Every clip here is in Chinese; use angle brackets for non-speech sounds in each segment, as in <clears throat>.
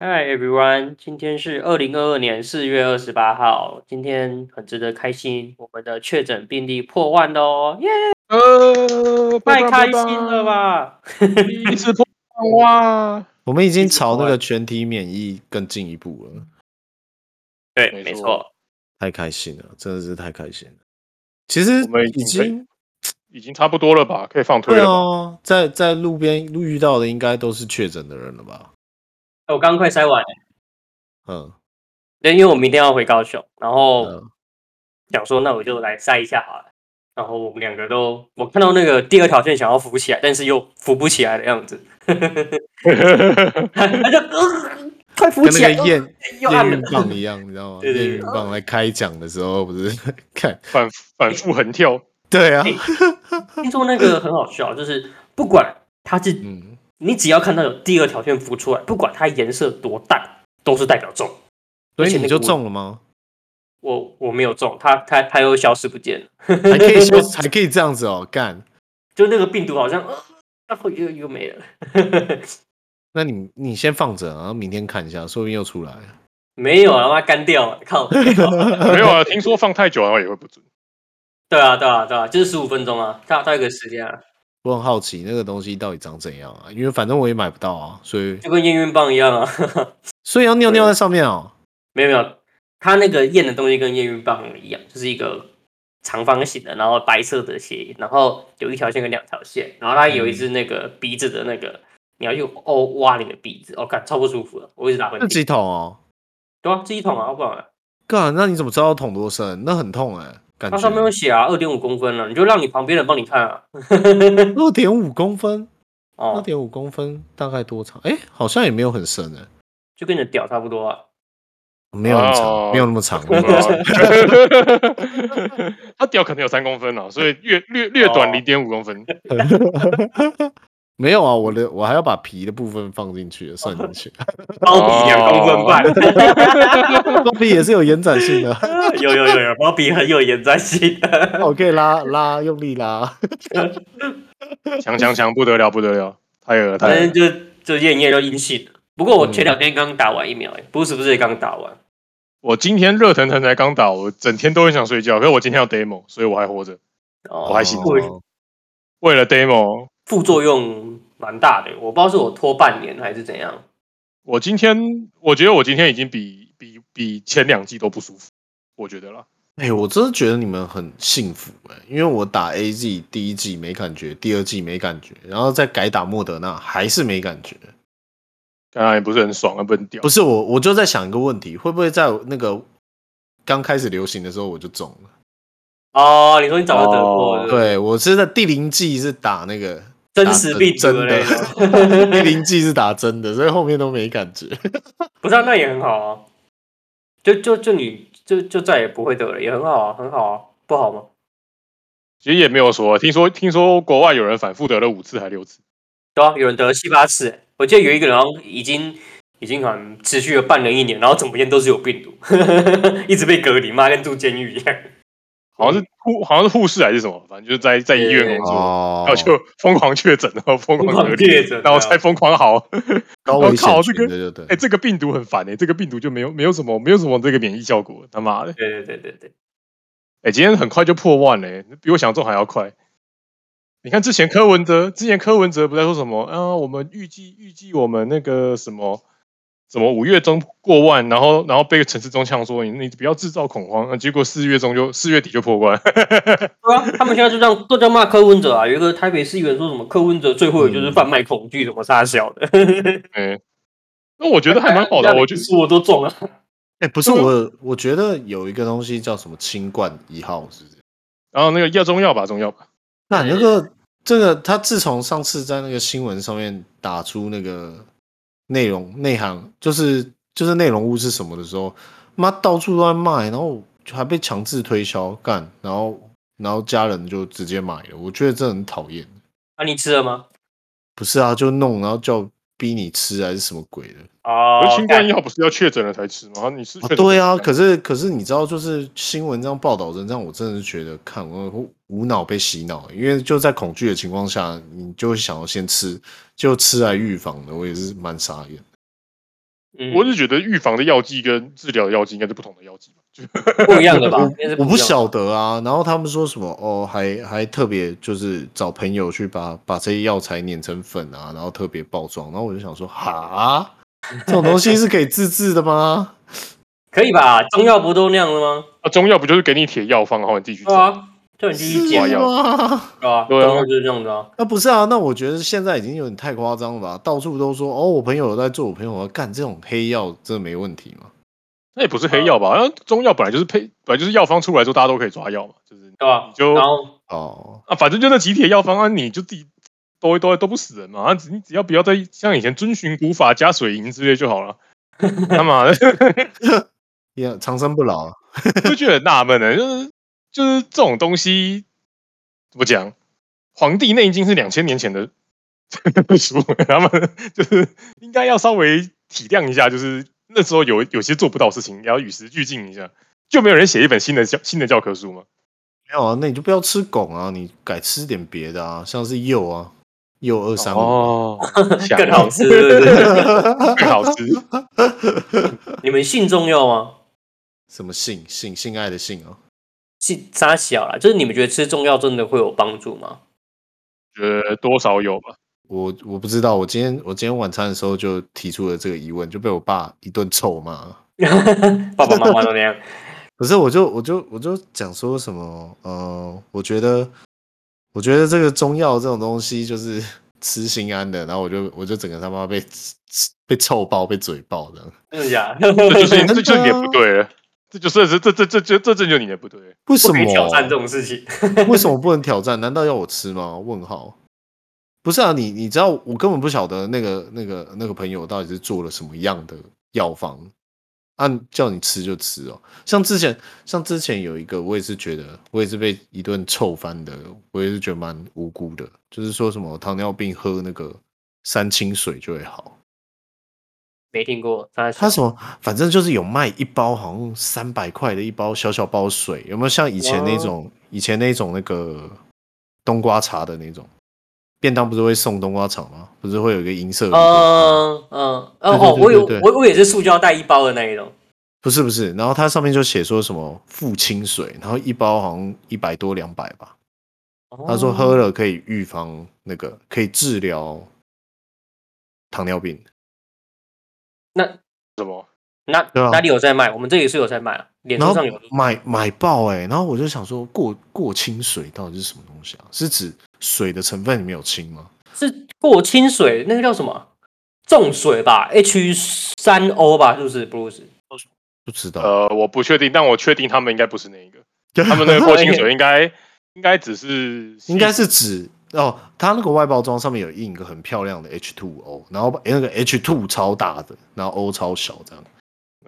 Hi everyone，今天是二零二二年四月二十八号，今天很值得开心，我们的确诊病例破万喽，耶、呃，太开心了！吧！第一次破哇！啊我们已经朝那个全体免疫更进一步了，对，没没错错，太开心了，真的是太开心了。其实我们已已经可以经已经差不多了吧？可以放推对了吧。啊，在在路边遇到的应该都是确诊的人了吧？哎我刚刚快筛完了，嗯，对，因为我明天要回高雄，然后嗯想说那我就来筛一下好了。然后我们两个都，我看到那个第二条线想要浮起来，但是又浮不起来的样子， <laughs> 他就、呃、快浮跟起来，那个验又验按了孕。棒一样，你知道吗？对对验对孕棒来开奖的时候不是 <laughs> 看？ <laughs> 反反复横跳，对啊，听说那个很好笑，就是不管它是嗯，你只要看到有第二条线浮出来，不管它颜色多淡，都是代表中。所而以且那你就个我中了吗？我我没有中，它它它又消失不见了，还可以消，还可以这样子哦，干。 <laughs> 就那个病毒好像呃，然后又又没了。 <laughs> 那你你先放着啊，然后明天看一下，说不定又出来了。没有啊，他妈干掉了，靠！哦没有啊？听说放太久好像也会不准。 <laughs> 对啊，对啊，对啊，就是十五分钟啊，大大概一个时间啊，我很好奇那个东西到底长怎样啊，因为反正我也买不到啊，所以就跟验孕棒一样啊。所以要尿尿在上面哦。没有没有，它那个验的东西跟验孕棒一样，就是一个长方形的，然后白色的血，然后有一条线跟两条线，然后它有一只那个鼻子的那个，你要用哦挖你的鼻子，哦，感超不舒服的，我一直打喷那嚏。几桶哦，对啊，这一桶啊，不然呢干，那你怎么知道捅多深？那很痛哎、感它上面有觉写啊，二点五公分了、你就让你旁边人帮你看啊。 <laughs> 二点五公分，二哦，点五公分大概多长？哎、好像也没有很深哎、就跟你的屌差不多啊。没有很长，哦没有那么长。 <laughs> 他屌可能有三公分啊，所以略略略短哦零点五公分。没有啊，我的我还要把皮的部分放进去，算进去，<laughs> <laughs> <laughs> 包比两公分半，包皮也是有延展性的，哦 <laughs> <laughs> 有有有有，包比很有延展性。我可以拉拉，用力拉。强强强，不得了不得了，太恶了太反恶正了。就就验验都阴性了。不过我前两天刚打完疫苗、欸，不是不是也刚打完？我今天热腾腾才刚打，我整天都很想睡觉，可是我今天要 demo，所以我还活着。哦我还行我为了 demo，副作用蛮大的，我不知道是我拖半年还是怎样。我今天我觉得我今天已经比比比前两季都不舒服，我觉得啦。哎、我真的觉得你们很幸福哎、因为我打 A G 第一季没感觉，第二季没感觉，然后再改打莫德纳还是没感觉。刚刚也不是很爽，啊，不很屌。不是，是我，我就在想一个问题，会不会在那个刚开始流行的时候我就中了？哦，你说你早就得过哦了，对我是在第零季是打那个真实病毒真的的那种，第零季是打真的，所以后面都没感觉。 <laughs> 不是、啊、那也很好啊。就就就你就就再也不会得了，也很好啊，很好啊，不好吗？其实也没有说，听说听说国外有人反复得了五次还六次，对啊，有人得了七八次欸，我记得有一个人好像已经已经好像持续了半年一年，然后怎么验都是有病毒， <laughs> 一直被隔离，妈跟住监狱一样。好像是护好像是护士还是什么，反正就是在在医院工作，哦然后就疯狂确诊，然后疯疯狂隔狂离，确诊，然后再疯狂好。高危我靠险这群个的就对哎、。这个病毒很烦哎、这个病毒就没有没有什么没有什么这个免疫效果，他妈的！对啊对对对对哎、今天很快就破万嘞、比我想中还要快。你看之前柯文哲，之前柯文哲不在说什么啊？我们预计预计我们那个什么什么五月中过万，然后然后被陈世忠呛说你你不要制造恐慌，啊、结果四月中就四月底就破万， <laughs> 对啊，他们现在就这样都在骂柯文哲啊，有一个台北市议员说什么柯文哲最会的就是贩卖恐惧，什么杀小 <laughs> 的，哎、那我觉得还蛮 <laughs> 好的，我觉得是我都中了，哎、不是我，我觉得有一个东西叫什么“清冠一号”是不是？然后那个药中药吧，中药吧，那那个这个他自从上次在那个新闻上面打出那个内容内涵，就是就是内容物是什么的时候，妈到处都在卖，然后就还被强制推销干，然后然后家人就直接买了，我觉得这很讨厌。啊，你吃了吗？不是啊，就弄然后叫逼你吃还是什么鬼的？哦可是新冠干疫苗不是要确诊了才吃吗？你 <laughs> 是啊确诊对啊，才可是可是你知道，就是新闻这样报道成这样，我真的是觉得看我我无脑被洗脑，因为就在恐惧的情况下，你就会想要先吃，就吃来预防的，我也是蛮傻眼。嗯我是觉得预防的药剂跟治疗的药剂应该是不同的药剂吧，就不一样的吧？应该是我一不样的晓得啊，然后他们说什么哦，还还特别就是找朋友去把把这些药材碾成粉啊，然后特别包装，然后我就想说，哈，这种东西是可以自制的吗？可以吧？中药不都那样的吗？啊中药不就是给你铁药方，然后你自己去对找，啊，叫你继续是煎哇药吗？对啊，中对啊药就是这样子啊。啊，不是啊，那我觉得现在已经有点太夸张了吧？到处都说哦，我朋友有在做，我朋友有在干这种黑药，真的没问题吗？那也不嗯是黑药吧？然后中药本来就是配，本来就是药方出来之后大家都可以抓药嘛，就是对吧你？就然后哦，啊，反正就那集体的药方啊，你就自己都都都不死人嘛，啊，只你只要不要再像以前遵循古法加水银之类就好 <laughs> 了。他妈的，也长生不老啊，就觉得很纳闷呢，欸就是就是这种东西怎么讲，《黄帝内经》是两千年前的 <laughs> 书，欸他们就是应该要稍微体谅一下，就是那时候有有些做不到的事情，也要与时俱进一下。就没有人写一本新的教新的教科书吗？没有啊，那你就不要吃汞啊，你改吃点别的啊，像是柚啊，柚二三五，哦，更 <laughs> 更好吃，对不对 <laughs> 更好吃。你们信中药吗？什么性性性爱的性啊，信沙小啦，就是你们觉得吃中药真的会有帮助吗？觉得呃多少 <laughs> 有吧。我我不知道，我今天我今天晚餐的时候就提出了这个疑问，就被我爸一顿臭骂。啊爸爸妈妈都那样，可是我就我就我就讲说什么，呃，我觉得我觉得这个中药这种东西就是 <laughs> 吃心安的，然后我就我就整个他妈被 <laughs> 被臭爆被嘴爆这样，真的假的？这 <laughs> 就是这真的啊就是你的不对了，这就是这这这这这这这就是你的不对了。为不什可以挑战这么？种事情。 <laughs> 为什么不能挑战？难道要我吃吗？问号。不是啊，你你知道我根本不晓得那个那个那个朋友到底是做了什么样的药方，按、叫你吃就吃哦。像之前像之前有一个，我也是觉得我也是被一顿臭翻的，我也是觉得蛮无辜的，就是说什么糖尿病喝那个三清水就会好。没听过，他他什么，反正就是有卖一包，好像三百块的一包小小包水，有没有像以前那种以前那种那个冬瓜茶的那种？便当不是会送冬瓜茶吗？不是会有一个银色的那个？嗯嗯哦对对哦，对我有对对我我也是塑胶袋一包的那一种，不是不是，然后它上面就写说什么富清水，然后一包好像一百多两百吧。哦他说喝了可以预防那个，可以治疗糖尿病。什么？那对啊哪里有在卖？我们这里是有在卖啊，脸然后书上有。买买爆哎、然后我就想说过过清水到底是什么东西啊？是指水的成分里面有氢吗？是过清水，那个叫什么啊？重水吧，H 三 O 吧，是不是？Bruce，不知道，呃，我不确定，但我确定他们应该不是那 <laughs> 一个，他们那个过清水应该应该只是 <laughs> 应该是指哦，它那个外包装上面有印一个很漂亮的 H two O，然后把那个 H two 超大的，然后 O 超小这样。嗯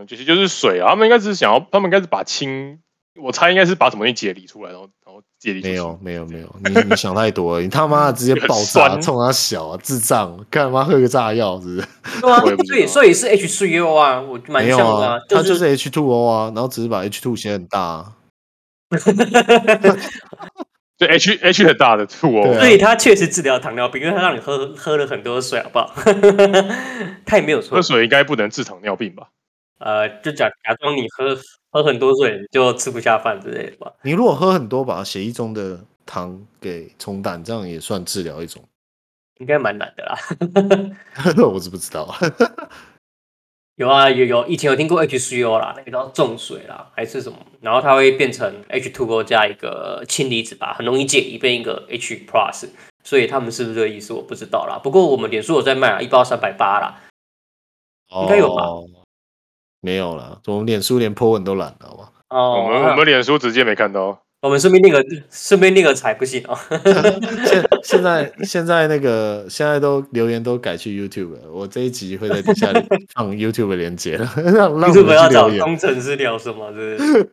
就是就是水啊。他们应该只是想要，他们应该是把氢，我猜应该是把什么东西解离出来，然后然后解离出去没有没有没有，你你想太多了，你他妈的直接爆炸，很酸冲他小啊，智障，干嘛喝个炸药是不是？对啊我也不，知道所以所以是 H 3 O 啊，我蛮没像有的啊，它就就是是 H two O 啊，然后只是把 H two 写很大、啊。对 H H 很大的吐对哦啊。所以它确实治疗糖尿病，因为它让你喝喝了很多水，好不好？ <laughs> 它也没有错喝，水应该不能治糖尿病吧？呃，就假假装你喝喝很多水就吃不下饭之类的吧。你如果喝很多，把血液中的糖给冲淡，这样也算治疗一种。 <laughs> 应该蛮难的啦。我是不知道，有啊，有有，以前有听过 H 3 O 啦，那个叫重水啦，还是什么，然后它会变成 H 2 O 加一个氢离子吧，很容易解离，变一个 H plus，所以他们是不是这个意思我不知道啦。不过我们脸书有在卖啊，一包三百八啦， <laughs> 应该有吧哦？没有啦，我们脸书连 po 文都懒了，好吧？ <laughs> 哦，我们我们脸书直接没看到，我们顺便那个顺便那个彩不行哦。现现在现在那个现在都留言都改去 YouTube 了，我这一集会在底下放 YouTube 连接了， <laughs> 让 <laughs> 让我 YouTube 要们去找留言。工程师聊什么？是不是？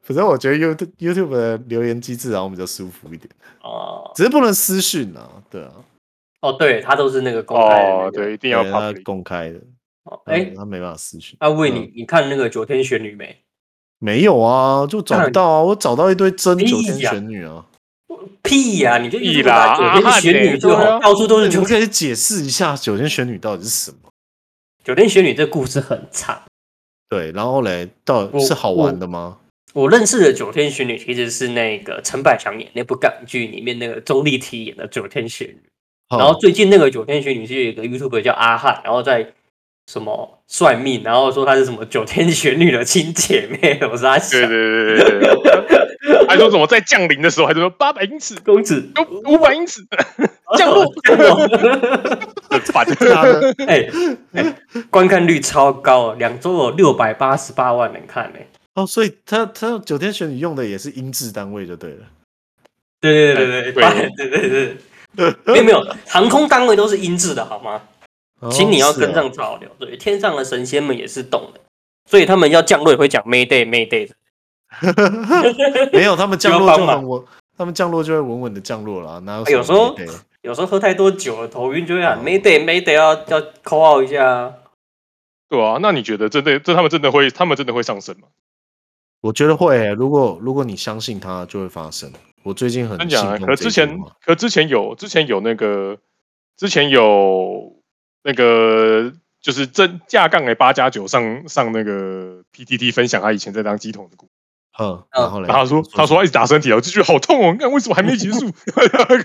<laughs> 反正我觉得 YouTube YouTube 的留言机制让我们比较舒服一点，哦只是不能私讯啊，对啊，哦，对，他都是那个公开的、那哦，个。对，一定要对它 public。公开的，哦。哎、哎，他没办法私讯。那问你，嗯你看那个九天玄女没？没有啊，就找不到啊，我找到一堆真哎九天呀玄女啊，屁呀、你就屁一直打啦九天玄女就啊对好，啊到处都是你九们天。可以解释一下九天玄女到底是什么？九天玄女这故事很长，对，然后嘞，到底我是好我玩的吗？我认识的九天玄女其实是那个陈百强演那部港剧里面那个钟丽缇演的九天玄女。哦然 <laughs> 后好最近那个九天玄女是有一个 YouTube 叫阿汉，然后在什么算命，然后说她是什么九天玄女的亲姐妹，我是她对小对对对对对，还说什么在降临的时候，还说八百英尺，公子五五百英尺降落，降落。很烦。他的 <laughs> 啊哎、哎观看率超高，两周有六百八十八万人看呢、哦，所以他他九天玄女用的也是音质单位就对了。对对对对对对，八对对对， <laughs> 没有没有，航空单位都是音质的好吗？哦请你要是啊跟上潮流，对，天上的神仙们也是懂的，所以他们要降落也会讲 Mayday Mayday 的。啊没有，他们降 <laughs> 落不要帮就忙很稳，他们降落就会稳稳的降落了，哪有哎有什么时候没得有时候喝太多酒了，头晕就会喊哦 Mayday Mayday，要要 call out 一下啊。对啊，那你觉得真的，这他们真的会，他们真的会上升吗？我觉得会欸、如果如果你相信它，就会发生。我最近很真信讲啊，奉可这之句前话可之前有之前有那个之前有那个就是真架杠的八加九上上那个 PTT 分享他以前在当鸡桶的故事，嗯，嗯然后嘞，然后他说他说他一直打身体，我就觉得好痛哦，你看为什么还没结束， <laughs>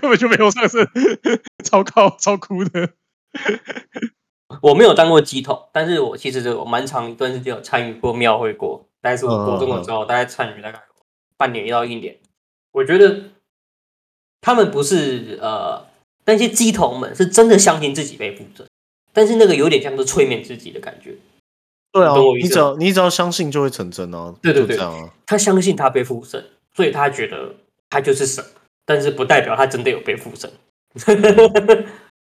根本就没有上升， <laughs> 超高超哭的。我没有当过鸡桶，但是我其实有蛮长一段时间有参与过庙会过，但是我国中的时候嗯大概参与大概半年到一年。我觉得他们不是呃那些鸡桶们是真的相信自己被附身，但是那个有点像是催眠自己的感觉。对啊你懂我，意你思只要你只要相信就会成真啊，对对就对这样啊，他相信他被附身，所以他觉得他就是神，但是不代表他真的有被附 <laughs> 身。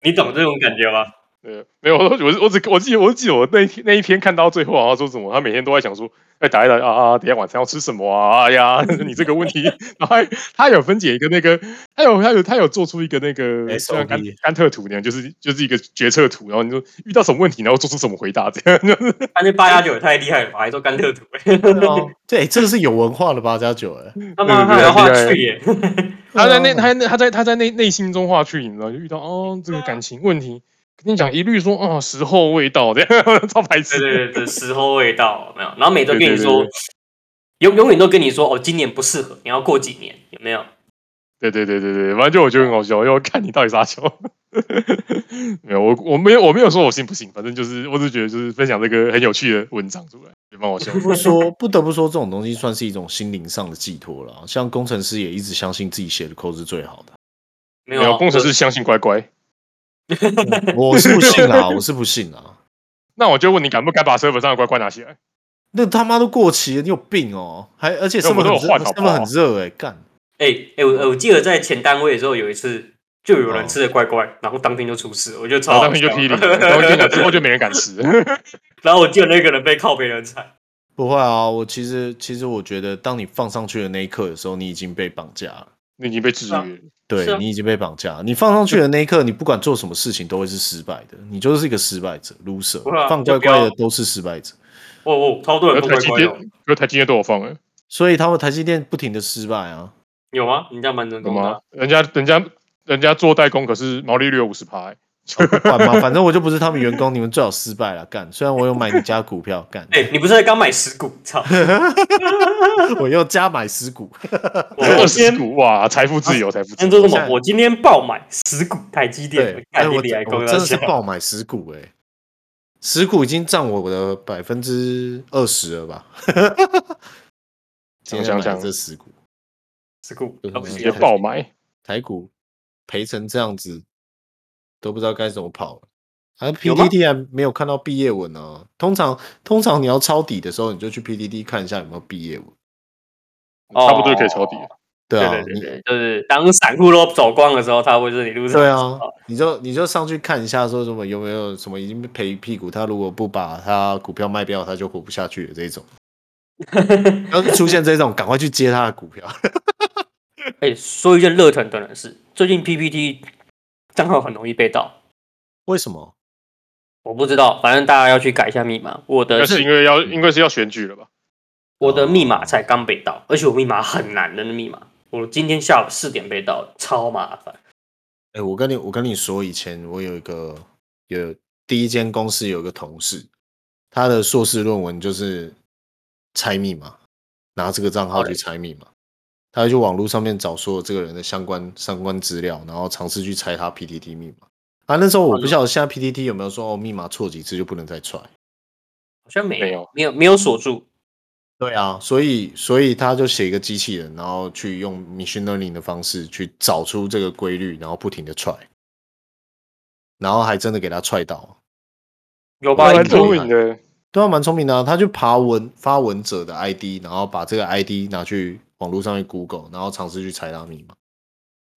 你懂这种感觉吗？对，没有，我我我只我记得我记得我那一天那一篇看到最后好像说什么，他每天都在想说，哎，打一打啊啊，等一下晚餐要吃什么啊？哎呀， <laughs> 你这个问题，然后还他有分解一个那个，他有他有他有做出一个那个 SOP 像甘甘特图那样，就是就是一个决策图，然后你说遇到什么问题，然后做出什么回答，这样 <laughs> 就是但是八加九也太厉害了吧，还做甘 <laughs> 特图、对啊，哦 <laughs> 对，这个是有文化的八加九哎，他妈他还要画去耶！他在对内啊他他在他在内内心中画去，你知道，就遇到哦这个感情问题，跟你讲一律说啊时候未到，这样 <laughs> 超白对痴。对对对，时候未到，有没有。 <laughs> 然后每周跟你对对对说对，永永远都跟你说哦，今年不适合，你要过几年，有没有？对对对对对，反正就我觉得很好笑，要看你到底啥球。没有，我我没有我没有说我信不信，反正就是我只是觉得就是分享这个很有趣的文章出来，也蛮好笑不。得不 <laughs> 说，不得不说，这种东西算是一种心灵上的寄托了啊。像工程师也一直相信自己写的 code 是最好的，没没有有啊，工程师相信乖乖， <laughs> 我是不信啦，我是不信啊啦。那我就问你敢不敢把 server 上的乖乖拿起来？那他妈都过期了，你有病哦！还而且那他我们们很都有换热好他不好们啊很热哎，干哎哎、我我记得在前单位的时候有一次，就有人吃的乖乖，然后当天就出事，我觉得超然后好当天就笑批评，然后跟你讲之后就没人敢吃。然后我记得那个人被靠别人踩，不会啊！我其实其实我觉得，当你放上去的那一刻的时候，你已经被绑架了。你已经被制约是啊了，对、是啊你已经被绑架了，你放上去的那一刻，你不管做什么事情都会是失败的，你就是一个失败者，loser，不会啊放乖就不要乖的都是失败者。哦哦，超多人可不是台乖积乖的哦，电，可是台积电都有放哎，所以他们台积电不停的失败啊，有吗？人家蛮成懂功的啊吗，？人家人家人家做代工，可是毛利率有五十趴，欸哦不管嘛，反正我就不是他们员工，你们最好失败了，干！虽然我有买你家股票，干，哎、你不是才刚买十股？ <laughs> 操！我又加买十股，我二我今十天股哇，财富自由，财富自今天由。说什我现在么？我今天爆买十股台积电对，，哎、干你我脸我公真的是笑爆买十股哎、十股已经占我的百分之二十了吧？今天想买想这十股十股真，的好不是直行接啊爆买，台股赔成这样子，都不知道该怎么跑了。啊而有吗 PDD 还没有看到毕业文呢、哦通常通常你要抄底的时候，你就去 PDD 看一下有没有毕业文。差不多就可以抄底了。对啊，对对你对，就是当散户都走光的时候，他会是你路上对啊，你就你就上去看一下，说什么有没有什么已经赔屁股，他如果不把他股票卖掉，他就活不下去了这种。要是出现这种，赶快去接他的股票。 <laughs> <laughs> 哎、说一件热腾腾的事，最近 PPT 账号很容易被盗，为什么？我不知道，反正大家要去改一下密码。我那的是因为要应该是要选举了吧？我的密码才刚被盗，而且我密码很难的密码，我今天下午四点被盗，超麻烦。哎、我跟你我跟你说，以前我有一个有第一间公司有一个同事，他的硕士论文就是猜密码，拿这个账号去猜密码，他就去网络上面找所有这个人的相关相关资料，然后尝试去猜他 PTT 密码。啊，那时候我不晓得现在 PTT 有没有说哦，密码错几次就不能再踹。好像没没有，没有，没有锁住。对啊，所以所以他就写一个机器人，然后去用 machine learning 的方式去找出这个规律，然后不停的踹，然后还真的给他踹到。有吧哇？蛮你聪明的，对啊，蛮聪明的、啊，他去爬文发文者的 ID，然后把这个 ID 拿去网络上去 Google，然后尝试去猜他密码。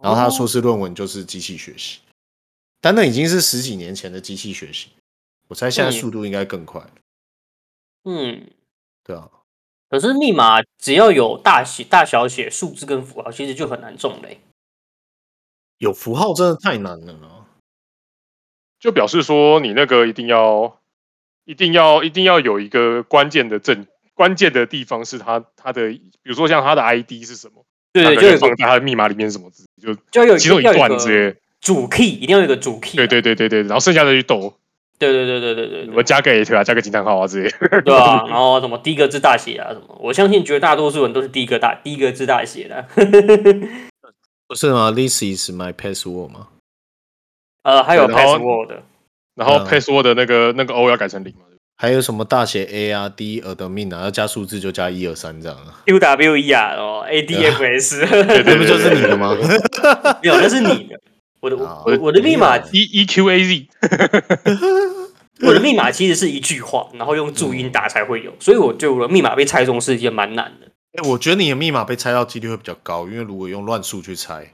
然后他的硕士论文就是机器学习，但那已经是十几年前的机器学习，我猜现在嗯速度应该更快。嗯，对啊，可是密码只要有大写、大小写、数字跟符号，其实就很难中嘞。有符号真的太难了啊。就表示说你那个一定要一定要一定要有一个关键的证，关键的地方是它它的，比如说像它的 ID 是什么，对它对，可就有能一放个在它的密码里面是什么字，就就要有一其中个一要有段个之类的。主 key，一定要有一个主 key 啊。对对对对对，然后剩下的去抖，对对对对对对什对么加个 at 啊，加个惊叹号啊之类的。对啊，然后什么第一个字大写啊什么，我相信绝大多数人都是第一个大第一个字大写的啊。 <laughs> 不是吗？This is my password 吗？呃，还有对然后 password，然后嗯 password 的那个那个 O 要改成零嘛，还有什么大写 A 啊、D、a d m i n 啊，要加数字就加一二三这样啊？ U W E 啊，哦，A D F S，对 <laughs> 那对不对就是你的吗？ <laughs> 没有，那是你的。我的啊我我我的密码， E E Q A Z，我的密码其实是一句话，然后用注音打才会有，所以我就我的密码被猜中是一件蛮难的。 <laughs> 哎、我觉得你的密码被猜到几率会比较高，因为如果用乱数去猜，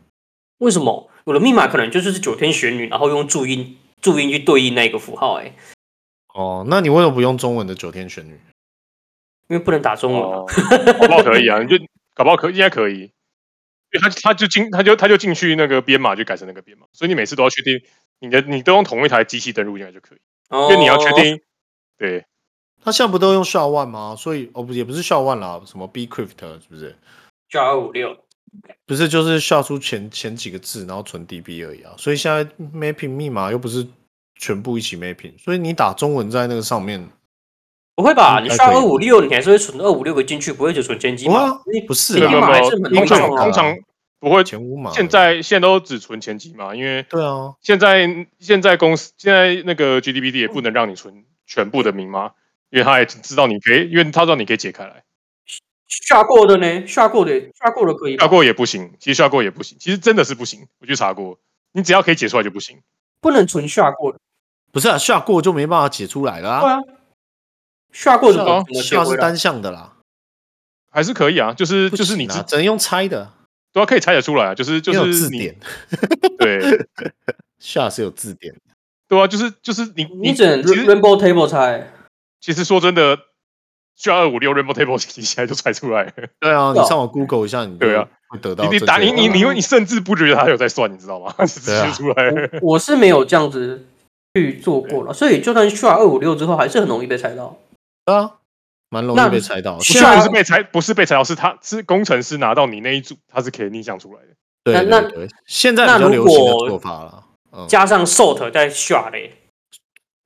为什么我的密码可能就是九天玄女，然后用注音注音去对应那个符号、欸？哎，哦，那你为什么不用中文的九天玄女？因为不能打中文啊。哦，搞不好可以啊，你就搞不好可应该可以，因为他他就进他就他就进去那个编码就改成那个编码，所以你每次都要确定你的你都用同一台机器登录应该就可以，哦因为你要确定对他现在不都用 s h a o n 吗？所以哦不也不是 s h a o n 啦，什么 bcrypt 是不是？九二五六，不是就是笑出前前几个字，然后存 db 而已啊。所以现在 mapping 密码又不是全部一起 mapping，所以你打中文在那个上面，不会吧？你应该刷可以二五六，你还是会存二五六个进去，不会就存千金不会啊吧？因为不是对没有啊密啊码没还有是很通重要常啊通常不会，前五码。现在现在都只存前几码，因为对啊，现在现在公司现在那个 GDPD 也不能让你存全部的密码，因为他也知道你可以，因为他知道你可以解开来。下过的呢？下过的下过的可以吧下过也不行，其实下过也不行，其实真的是不行。我去查过，你只要可以解出来就不行。不能存下过的，不是啊，下过就没办法解出来了对啊。啊，下过的是啊怎么学下回是来？单向的啦，还是可以啊，就是就是你不知行啊只能用猜的，都要可以猜得出来啊，就是就没有是字你典，对下是有字典。对啊，就是就是你你只能其实 rainbow <laughs> table 猜，其实说真的，下二五六 Rainbow Table <laughs> 你现在就猜出来了，对啊，是你哦上网 Google 一下，你就对啊会得到你你正打确啊你的你答你案因为你甚至不觉得他有在算，你知道吗？ <laughs> 直接出来了。我我是没有这样子去做过了，所以就算下二五六之后，还是很容易被猜到。对啊，蛮容易那被猜到的。是不是啊不是被裁，不是被裁到，是他是工程师拿到你那一组，他是可以逆向出来的。对那对那对，现在那比较如流行的果做法了。嗯，加上 short 再 short 嘞，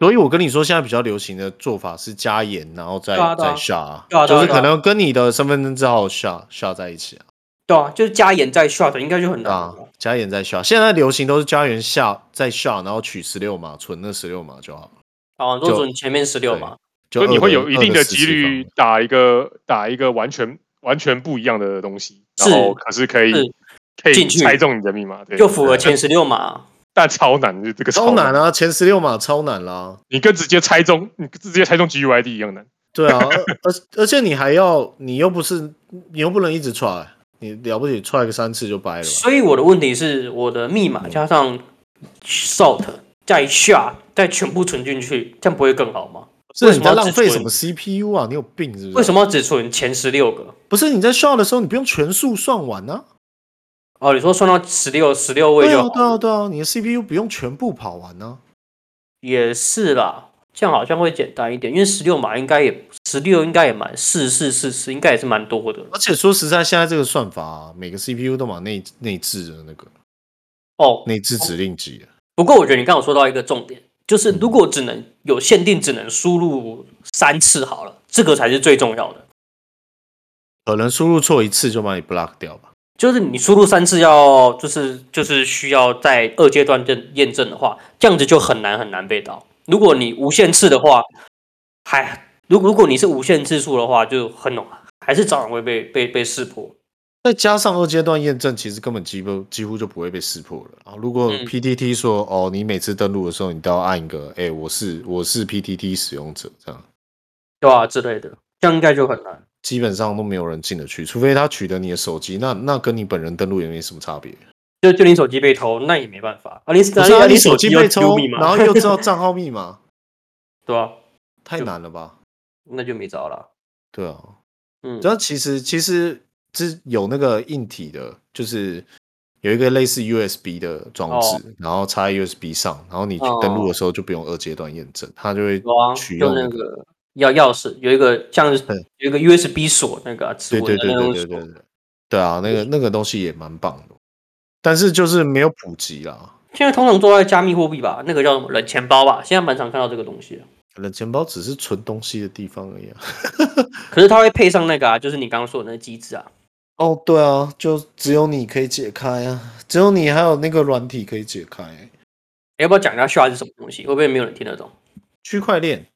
所以我跟你说，现在比较流行的做法是加盐，然后再对啊对啊再下对啊，对就啊是对啊可能跟你的身份证字号下下在一起啊，对啊，就是加盐再 short 应该就很对难啊了。，加盐再下。现在流行都是加盐下再下，然后取十六码，存那十六码就好了。哦，都就准前面十六嘛，就所以你二会的有一二定的的十几次率方打一个打一个完全完全不一样的东西，然是后可是可以是可以进去猜中你的密码，对，就符合前十六嘛。但超难，这个超难难！啊，前十六码超难啦。你跟直接猜中，你跟直接猜中 GUID 一样难。对啊，而而而且你还要，你又不是，你又不能一直 try，你了不起踹个三次就掰了吧？嗯所以我的问题是，我的密码加上 salt 再下再全部存进去，这样不会更好吗？是为什你么在要浪只费存什么 CPU 啊？你有病是不是？为什么要只存前十六个？不是你在 shot 的时候，你不用全数算完呢、哦，你说算到十六十六位对就啊，好对啊，对啊，你的 CPU 不用全部跑完啊呢、也是啦，这样好像会简单一点，因为十六码应该也十六应该也蛮四四四四，应该也是蛮多的而且说实在，现在这个算法、啊，每个 CPU 都蛮内内置的那个哦。内置指令集的。不过我觉得你刚好说到一个重点，就是如果只能有限定，只能输入三次好了，这个才是最重要的。可能输入错一次就把你 block 掉吧。就是你输入三次要，就是就是需要在二阶段验验证的话，这样子就很难很难被盗。如果你无限次的话，还如如果你是无限次数的话，就很容还是早晚会被被被识破。再加上二阶段验证，其实根本几乎几乎就不会被识破了。啊，如果嗯 PTT 说、哦，你每次登录的时候，你都要按一个，哎、我是我是 PTT 使用者，这样对啊之类的，这样应该就很难。基本上都没有人进得去，除非他取得你的手机，那那跟你本人登录也没什么差别。就就你手机被偷，那也没办法。啊，你不不是、啊、你手手机机又被丢抽密，码然后又知道账号密码，对啊，太难了吧？那就没招了。对啊，嗯，然后其实其实是有那个硬体的，就是有一个类似 USB 的装置，哦然后插在 USB 上，然后你去登录的时候就不用二阶段验证，它就会有啊，取就用那那。个钥钥匙有一个像是对有一个 USB 锁那个啊指对对纹的对那对种对对锁，对，对啊，那个那个东西也蛮棒的，但是就是没有普及啦。现在通常都在加密货币吧，那个叫什么冷钱包吧，现在蛮常看到这个东西的。冷钱包只是存东西的地方而已、啊。可是它会配上那个啊，就是你刚刚说的那个机制啊。哦，对啊，就只有你可以解开啊，只有你还有那个软体可以解开、欸要不要讲一下 SHA 是什么东西？会不会没有人听得懂区块链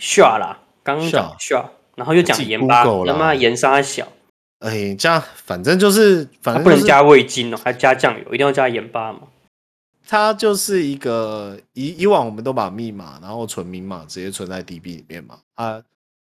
SHA 啦？刚刚讲 SHA，然后又讲自己盐巴， Google 啦他妈盐沙小，哎，这样反正就是，反它正、不就是、能加味精哦，还加酱油，一定要加盐巴嘛。它就是一个以以往我们都把密码，然后存明码直接存在 DB 里面嘛，啊，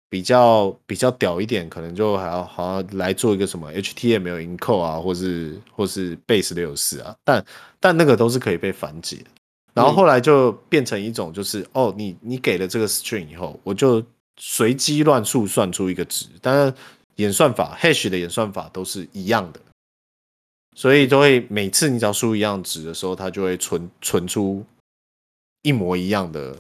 比较比较屌一点，可能就还要好像来做一个什么 HTML 银扣啊，或是或是 Base 六四啊，但但那个都是可以被反解的。然后后来就变成一种就是、哦，你你给了这个 string 以后，我就随机乱数算出一个值，但是演算法 hash 的演算法都是一样的，所以都会每次你只要输一样值的时候，它就会存存出一模一样的，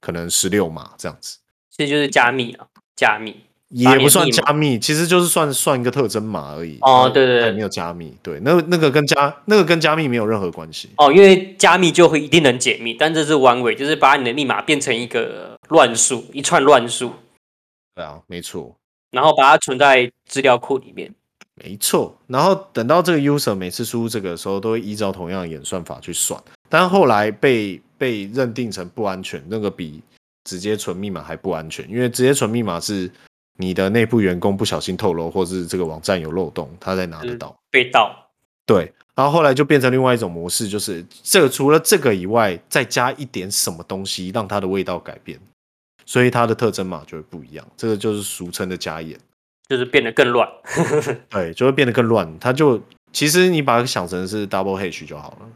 可能十六码这样子，其实就是加密啊，加密。也把你不的算密码加密，其实就是算算一个特征码而已。哦它对对它也对没有加密，对，那那个跟加那个跟加密没有任何关系。哦，因为加密就会一定能解密，但这是弯尾，就是把你的密码变成一个乱数，一串乱数，对啊，没错，然后把它存在资料库里面。没错。然后等到这个 user 每次输入这个的时候，都会依照同样的演算法去算，但后来被被认定成不安全，那个比直接存密码还不安全，因为直接存密码是你的内部员工不小心透露，或是这个网站有漏洞，他才拿得嗯到。被盗。对，然后后来就变成另外一种模式，就是这个除了这个以外，再加一点什么东西，让它的味道改变，所以它的特征码就会不一样。这个就是俗称的加盐，就是变得更乱，对，就会变得更乱。它就其实你把它想成是 double hash 就好了。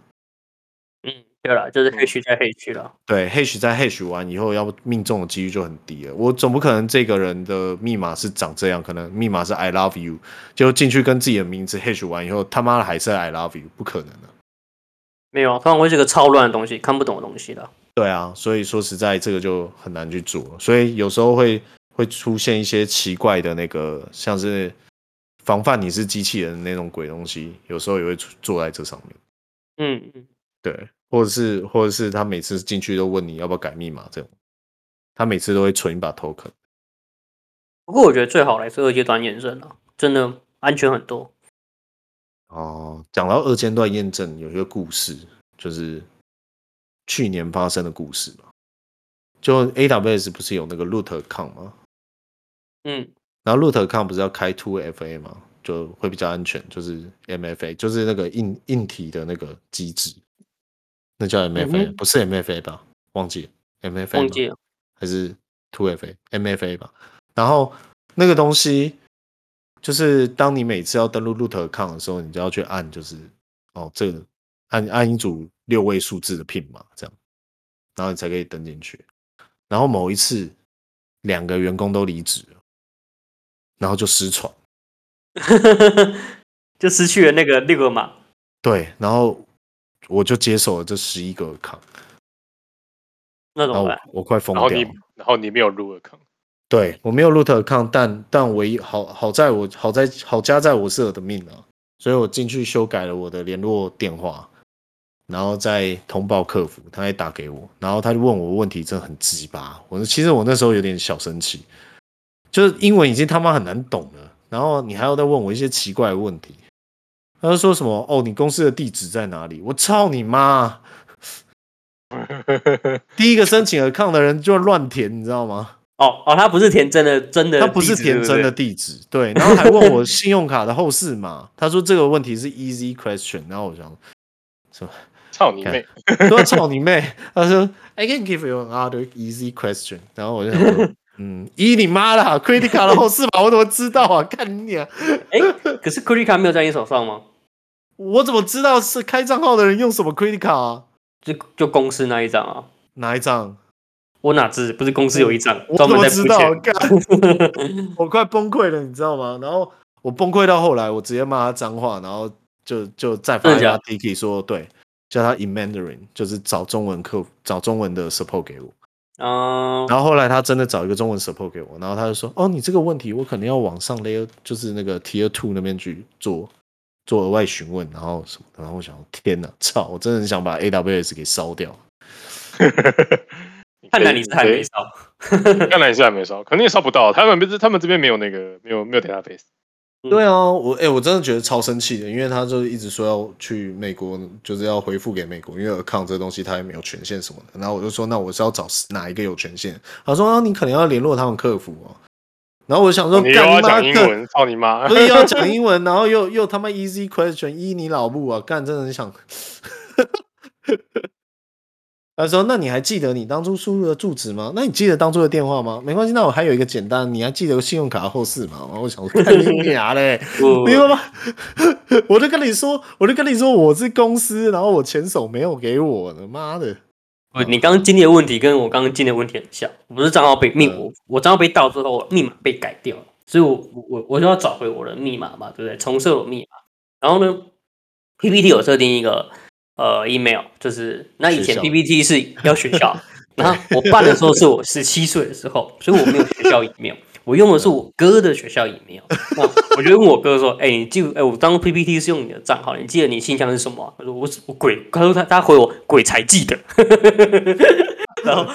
嗯，对了，就是黑区在黑区了，对，hash 在 hash 完以后，要不命中的几率就很低了。我总不可能这个人的密码是长这样，可能密码是 I love you，结果进去跟自己的名字 hash 完以后，他妈的还是 I love you，不可能的。没有啊，通常会是个超乱的东西，看不懂的东西了。对啊，所以说实在这个就很难去做，所以有时候会会出现一些奇怪的那个，像是防范你是机器人的那种鬼东西，有时候也会出做在这上面。嗯嗯，对，或者是或者是他每次进去都问你要不要改密码这种，他每次都会存一把 token。不过我觉得最好还是二阶段验证了，真的安全很多。哦，讲到二阶段验证，有一个故事，就是去年发生的故事嘛。就 AWS 不是有那个 root account 吗？嗯，然后 root account 不是要开 two FA 吗？就会比较安全，就是 MFA，就是那个硬硬体的那个机制，那叫 MFA，、嗯哼不是 MFA 吧？忘记了 MFA 忘吗记了， <laughs> 还是 two FA MFA 吧。然后那个东西就是当你每次要登录 root account 的时候，你就要去按就是哦这个按按一组六位数字的 pin 嘛，这样，然后你才可以登进去。然后某一次两个员工都离职了，然后就失传。就失去了那个六个码。对，然后我就接手了这十一个 account，那怎然后么我办？我快疯然后掉你了。然后你没有入 account，对我没有 root account，但但唯一好好在我好在好家在我是我的命啊，所以我进去修改了我的联络电话，然后再通报客服，他还打给我，然后他就问我问题，真的很鸡巴。我其实我那时候有点小生气，就是英文已经他妈很难懂了，然后你还要再问我一些奇怪的问题，他就说什么哦，你公司的地址在哪里？我操你妈！第一个申请 account 的人就乱填，你知道吗？哦哦，他不是填真的真的地址，他不是填真的对地址，对，然后还问我信用卡的后事码，他说这个问题是 easy question，然后我想，操你妹！都要操你妹，他说 I can give you another easy question，然后我就想说，嗯，一你妈啦，credit 卡的后事码我怎么知道啊？看你啊，不对。哎，可是 c r e d i 没有在你手上吗？我怎么知道是开账号的人用什么 credit 卡啊？就就公司那一张啊，哪一张？我哪知不是公司有一张嗯我专怎门么在知付道？钱？干， <laughs> 我快崩溃了，你知道吗？然后我崩溃到后来，我直接骂他脏话，然后就就再发真的一假发的 Tiki 说，对，叫他 in Mandarin，就是找中文客服，找中文的 support 给我。嗯，然后后来他真的找一个中文 support 给我，然后他就说，哦，你这个问题我可能要往上 layer，就是那个 tier two 那边去做做额外询问，然后什么的。然后我想，天哪，操，我真的很想把 AWS 给烧掉。看来你是还没烧，烧。 <laughs> 看来你是还没烧，肯定也烧不到。啊他们不是他们这边没有那个没有没有 database，对啊，我哎、我真的觉得超生气的，因为他就一直说要去美国，就是要回复给美国，因为 account 这东西他也没有权限什么的。然后我就说，那我是要找哪一个有权限？他说啊，你可能要联络他们客服哦。然后我想说，哦你又干要你妈讲英客文，操 <laughs> 你妈！所以要讲英文，然后又又他妈 easy question，依你老母啊！干，真的很想。 <laughs> 他说：“那你还记得你当初输入的住址吗？那你记得当初的电话吗？没关系，那我还有一个简单，你还记得信用卡的后事吗？”然后我想说，干你娘嘞！不明白吗？ <laughs> 我就跟你说，我就跟你说，我是公司，然后我前手没有给我的，妈的！不，你刚刚经历的问题跟我刚刚经历的问题很像。我不是账号嗯被密，我我账号被盗之后，我密码被改掉了，所以我我我我就要找回我的密码嘛，对不对？重设我密码。然后呢，PPT 有设定一个呃 email，就是那以学前校 PPT 是要学 <laughs> 校，然后我办的时候是我十七岁的时候，所以我没有学 <laughs> 校 email，我用的是我哥的学校 email。那我就问我哥说：“哎、你记哎、我当初 PPT 是用你的账号，你记得你信箱是什么啊、他说：“我是我鬼。”他说他他回我鬼才记得。 <laughs> 然后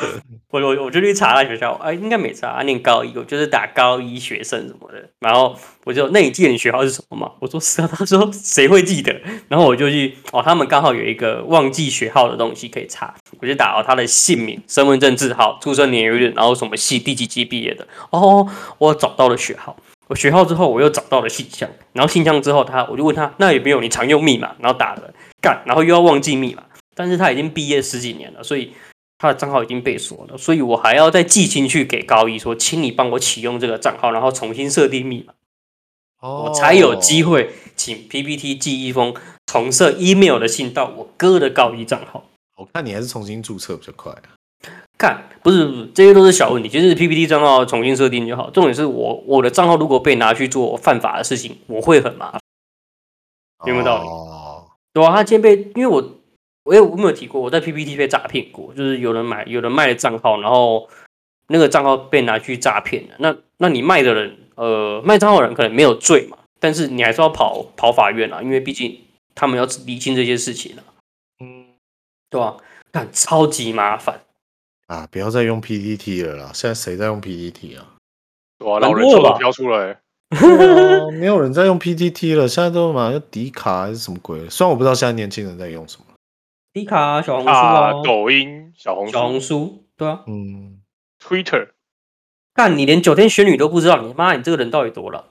我我我就去查他学校，哎、应该没查，他念高一，我就是打高一学生什么的。然后我就那你记得你学校是什么吗？我说是啊。他说谁会记得？然后我就去哦，他们刚好有一个忘记学号的东西可以查，我就打哦他的姓名、身份证字号、出生年月日，然后什么系、第几级毕业的。哦，我找到了学号。我学号之后，我又找到了信箱，然后信箱之后他，我就问他，那有没有你常用密码？然后打了干，然后又要忘记密码，但是他已经毕业十几年了，所以他的账号已经被锁了，所以我还要再寄进去给高一说，请你帮我启用这个账号，然后重新设定密码，我才有机会。会请 PPT 寄一封重设 email 的信到我哥的高一账号。我哦看你还是重新注册比较快、啊。看，不是，不是，这些都是小问题，就是 PPT 账号重新设定就好。重点是我我的账号如果被拿去做犯法的事情，我会很麻烦。有没有道理哦，对啊，他今天被，因为我我也我没有提过，我在 PPT 被诈骗过，就是有人买有人卖了账号，然后那个账号被拿去诈骗了。那那你卖的人，呃，卖账号的人可能没有罪嘛，但是你还是要跑跑法院啊，因为毕竟他们要理清这些事情啊，嗯对吧、啊？看超级麻烦，啊，不要再用 PPT 了啦！现在谁在用 PPT <laughs> 啊？哇，蛮老人多臭吧都飘出来，对啊没有人在用 PPT 了，现在都嘛用迪卡还是什么鬼？虽然我不知道现在年轻人在用什么。迪卡啊、小红书啊啊，、抖音、小红小红书、书，对啊，嗯， Twitter，干你连九天玄女都不知道，你妈你这个人到底多了？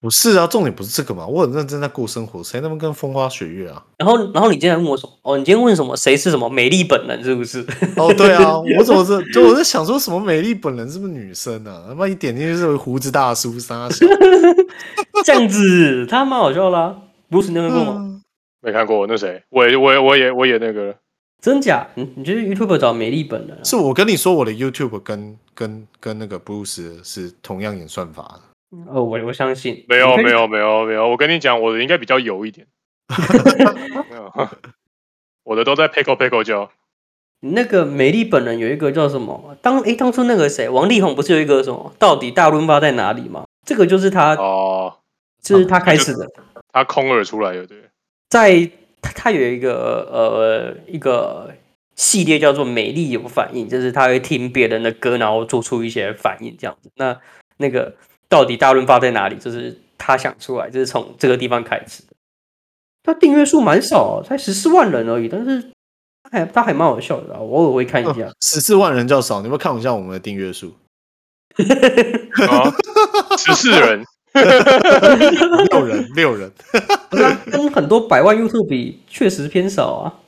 不是啊，重点不是这个嘛，我很认真在过生活，谁那么跟风花雪月啊？然后，然后你今天问我什么？哦，你今天问什么？谁是什么美丽本人？是不是？哦，对啊，我怎么是就我在想说什么美丽本人是不是女生啊？他妈一点进去是个胡子大叔，傻 <laughs> 小。这样子，他蛮好笑啦、不是你有没有问我？嗯没看过那谁，我也我也我也我也那个了，真假？嗯你你就是 YouTube 找美丽本人、啊？是我跟你说，我的 YouTube 跟跟跟那个 Bruce 是同样演算法的。哦，我我相信。没有你可以没。有没有没有，我跟你讲，我的应该比较油一 <laughs> 点，没有 <laughs> 我的都在 pickle pickle 叫，你那个美丽本人有一个叫什么？当诶，当初那个谁，王力宏不是有一个什么？到底大润发在哪里吗？这个就是他，哦，这是他开始的。他空耳出来了，对，在它它有一个呃一个系列叫做“美丽有反应”，就是他会听别人的歌，然后做出一些反应这样子。那那个到底大润发在哪里？就是他想出来，就是从这个地方开始的。他订阅数蛮少、才十四万人而已，但是他还他还蛮好笑的、啊，我偶尔会看一下。嗯十四万人较少，你有没有看一下我们的订阅数？啊，十四 <laughs> 人，六人， <laughs> 六人。不是啊跟很多百万 YouTube 比，确实偏少啊，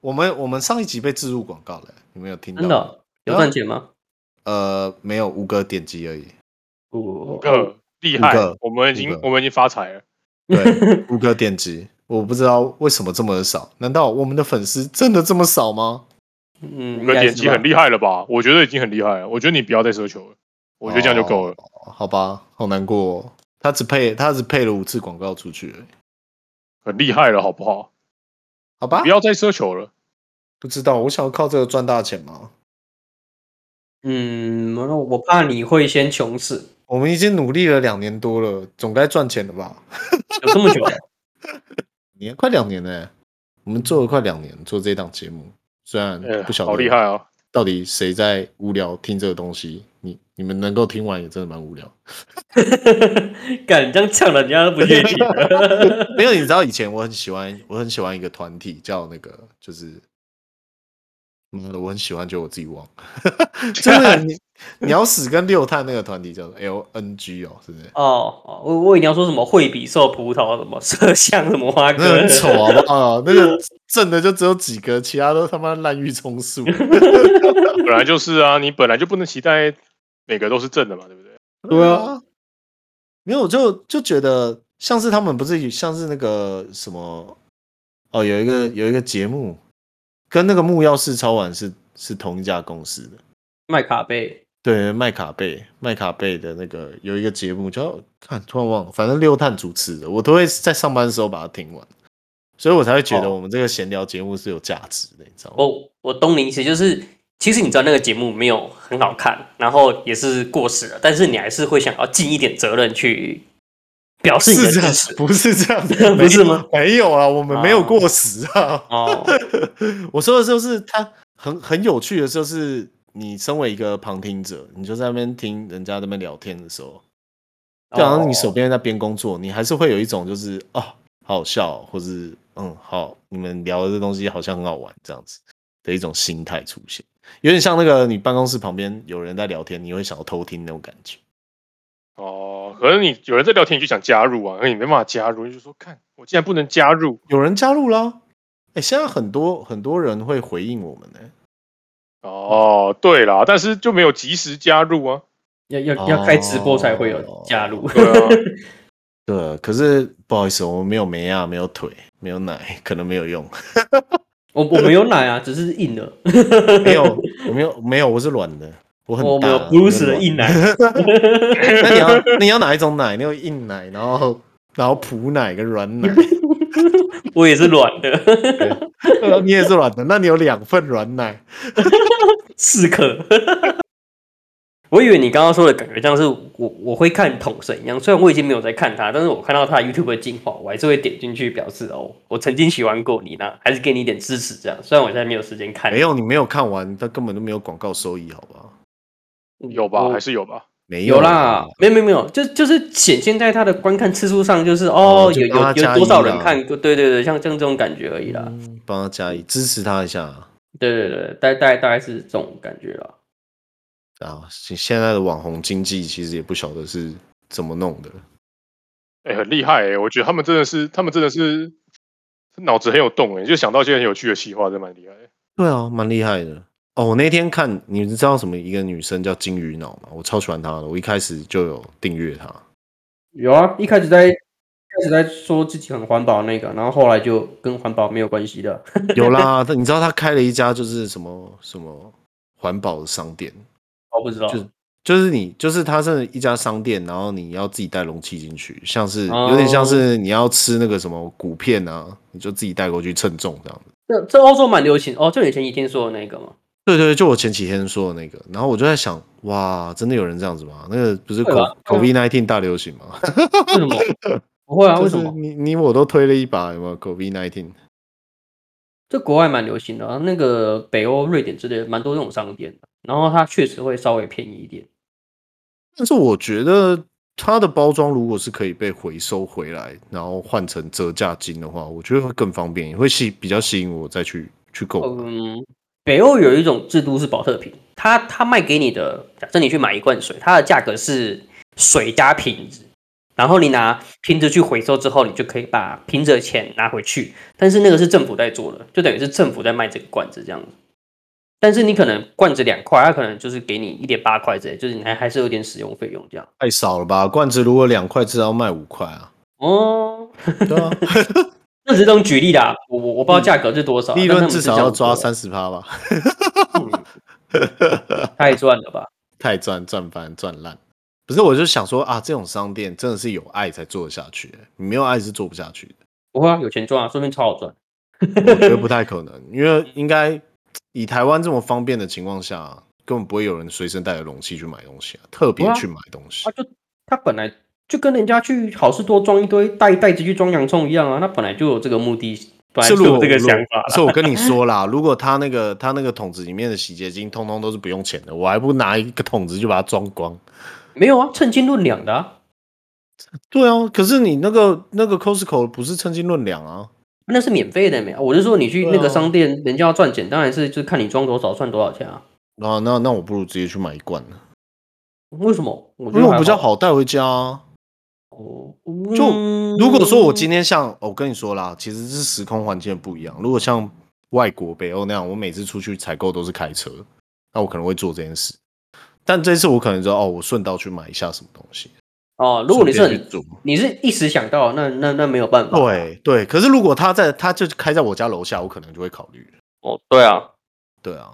我们我们上一集被植入广告了，你们有听到？真的哦、有赚钱吗？呃，没有五个点击 <laughs> 而已，五个厉五害个，我们已五经个我们已经发财了，对，五个点击，我不知道为什么这么少，难道我们的粉丝真的这么少吗？嗯，五应个该点是击吧很厉害了吧？我觉得已经很厉害了，我觉得你不要再奢求了，我觉得这样就够了。哦好吧，好难过、哦，他只配他只配了五次广告出去而已，很厉害了，好不好？好吧不？要再奢求了。不知道，我想要靠这个赚大钱吗？嗯，然后我怕你会先穷死，我们已经努力了两年多了，总该赚钱了吧？有这 <laughs> 么久了？年快两年了欸、我们做了快两年，做这档节目，虽然呃哎嗯不晓得好厉害啊！到底谁在无聊听这个东西，你你们能够听完也真的蛮无聊。 <laughs> 敢这样呛人家都不愿意了。没有，你知道以前我很喜欢，我很喜欢一个团体叫那个，就是，妈的，我很喜欢，就我自己忘， <laughs> 就是你鸟屎跟六探那个团体叫做 LNG 哦，是不是？ <laughs> 哦，哦我我以为你要说什么惠比寿葡萄什么麝香什么花那个哥很，丑好不好？那个正的就只有几个，其他都他妈滥竽充数。 <laughs> 本来就是啊，你本来就不能期待每个都是正的嘛，对不对？对啊，没有，就就觉得像是他们不是有像是那个什么哦，有一个有一个节目跟那个木曜四超玩是是同一家公司的，麦卡贝，对，麦卡贝麦卡贝的那个有一个节目叫看，突然忘了，反正六探主持的，我都会在上班的时候把它听完，所以我才会觉得哦我们这个闲聊节目是有价值的，你知道吗？我我懂你意思，就是其实你知道那个节目没有很好看，然后也是过时了，但是你还是会想要尽一点责任去表示你的是这支样持，。，不是这样 <laughs> 不是吗？没有啊，我们没有哦过时啊。 <laughs> 哦，我说的就是它很很有趣的，就是你身为一个旁听者，你就在那边听人家在那边聊天的时候，就哦好像你手边在边工作，你还是会有一种就是啊、好好笑哦，或是嗯，好，你们聊的这东西好像很好玩这样子的一种心态出现，有点像那个你办公室旁边有人在聊天，你会想要偷听那种感觉。哦，可是你有人在聊天，你就想加入啊，可是你没办法加入，你就说看我竟然不能加入有人加入啦，哎、现在很多很多人会回应我们呢、哦。对啦，但是就没有及时加入啊。要要要开直播才会有哦加入。对 <laughs> 啊，对，可是不好意思，我们没有眉啊，没有腿，没有奶，可能没有用。 <laughs> 我我没有奶啊，只是硬了。没有，我没有，没有，我是软的，我很我大们有啊 Bruce 的硬。奶。我是软 <laughs> 那你要你要哪一种奶？你有硬奶，然后然后普奶跟软 <laughs> 奶，我也是软的，对啊你也是软的，那你有两份软奶。四颗。 <laughs> 我以为你刚刚说的感觉像是我我会看统神一样，虽然我已经没有在看他，但是我看到他的 YouTube 的精华，我还是会点进去表示哦，我曾经喜欢过你呢，还是给你一点支持这样。虽然我现在没有时间看，没有，你没有看完，它根本就没有广告收益，好吧？有吧？我还是有吧？没有啦啦，，没有没有没有，就就是显现在他的观看次数上，就是哦哦，就有帮有他加有多少一啦人看过？对对对，像像这种感觉而已啦。嗯帮他加一支持他一下啊对对对，大大概大概是这种感觉啦。啊！现现在的网红经济其实也不晓得是怎么弄的，哎、很厉害哎、我觉得他们真的是，他们真的是脑子很有洞哎、就想到一些很有趣的企划，真蛮厉害 <laughs> 的。对啊，蛮厉害的。哦，我那天看，你知道什么一个女生叫金鱼脑吗？我超喜欢她的，我一开始就有订阅她。有啊，一开始在一开始在说自己很环保那个，然后后来就跟环保没有关系的。 <laughs> 有啦，但你知道她开了一家就是什么什么环保的商店，我不知道，就就是你就是它是一家商店，然后你要自己带容器进去，像是哦有点像是你要吃那个什么谷片啊，你就自己带过去称重这样子。这这欧洲蛮流行哦，就你前几天说的那个嘛。对对，对就我前几天说的那个，然后我就在想，哇，真的有人这样子吗？那个不是会 CO 吧 COVID nineteen 大流行吗？ <laughs> 为什么？不会啊，为 <laughs> 就什是么？你你我都推了一把，有没有？COVID nineteen，这国外蛮流行的、啊，那个北欧、瑞典之类的，蛮多这种商店的。然后它确实会稍微便宜一点。但是我觉得它的包装如果是可以被回收回来，然后换成折价金的话，我觉得会更方便，也会吸比较吸引我再去去购买。嗯，北欧有一种制度是保特瓶，它它卖给你的，假设你去买一罐水，它的价格是水加瓶子，然后你拿瓶子去回收之后，你就可以把瓶子的钱拿回去。但是那个是政府在做的，就等于是政府在卖这个罐子这样子。但是你可能罐子两块，它可能就是给你一点八块之类，就是你还还是有点使用费用这样。太少了吧？罐子如果两块，至少要卖五块啊。哦，对 <laughs> 啊，那只是这种举例啦，我我我不知道价格是多 <laughs> 少啊，利但他润们至是少这样要抓做三十趴吧，嗯太赚了吧？太赚赚翻赚烂。不是，我就想说啊，这种商店真的是有爱才做得下去、欸你没有爱是做不下去的。不会啊，有钱赚啊，说不定超好赚。我觉得不太可能，因为应该以台湾这么方便的情况下，根本不会有人随身带着容器去买东西啊，特别对啊去买东西啊，。就他本来就跟人家去好事多装一堆袋袋子去装洋葱一样啊，他本来就有这个目的，本来是就如有果这个如想法啦。是我跟你说啦，如果他那个他那个桶子里面的洗洁精通通都是不用钱的，我还不拿一个桶子就把它装光。没有啊，称斤论两的、啊，对啊，可是你那个那个 Costco 不是称斤论两啊，那是免费的没有。我是说你去对啊那个商店，人家要赚钱，当然是就看你装多少算多少钱啊。啊，那那我不如直接去买一罐了，为什么？我觉因为得我还比较。好带回家、啊。哦，就如果说我今嗯天像、哦我跟你说啦，其实是时空环境不一样。如果像外国北欧那样，我每次出去采购都是开车，那我可能会做这件事。但这次我可能说哦，我顺道去买一下什么东西。哦，如果你是顺便去很做你是一时想到，那那那没有办法。对对，可是如果他在他就开在我家楼下，我可能就会考虑。哦，对啊，对啊，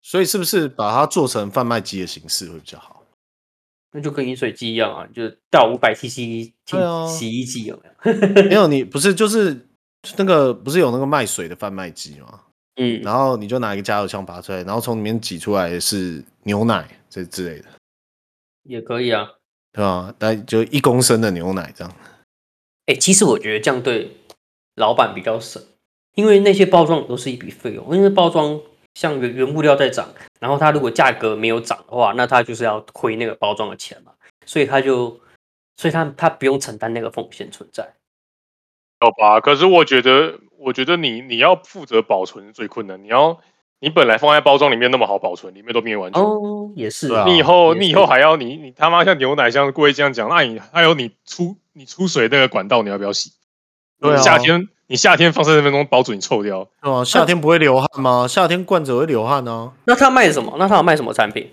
所以是不是把它做成贩卖机的形式会比较好？那就跟饮水机一样啊，就倒五百 CC 对啊洗衣机有没有？没有你不是就是那个不是有那个卖水的贩卖机吗？嗯，然后你就拿一个加油枪拔出来，然后从里面挤出来的是牛奶这之类的，也可以啊。对吧？但就一公升的牛奶这样，哎、其实我觉得这样对老板比较省，因为那些包装都是一笔费用，因为包装像原原物料在涨，然后它如果价格没有涨的话，那它就是要亏那个包装的钱嘛，所以它就，所以它它不用承担那个风险存在。好吧，可是我觉得，我觉得你你要负责保存最困难。你要你本来放在包装里面那么好保存，里面都灭完全。哦，也是对啊啊，你以后也你以是后还要你你他妈像牛奶像贵这样讲，那你还有你出你出水那个管道你要不要洗？对啊你夏天你夏天放三十分钟，保准你臭掉。对吧？夏天不会流汗吗？夏天罐子会流汗啊。那他卖什么？那他有卖什么产品？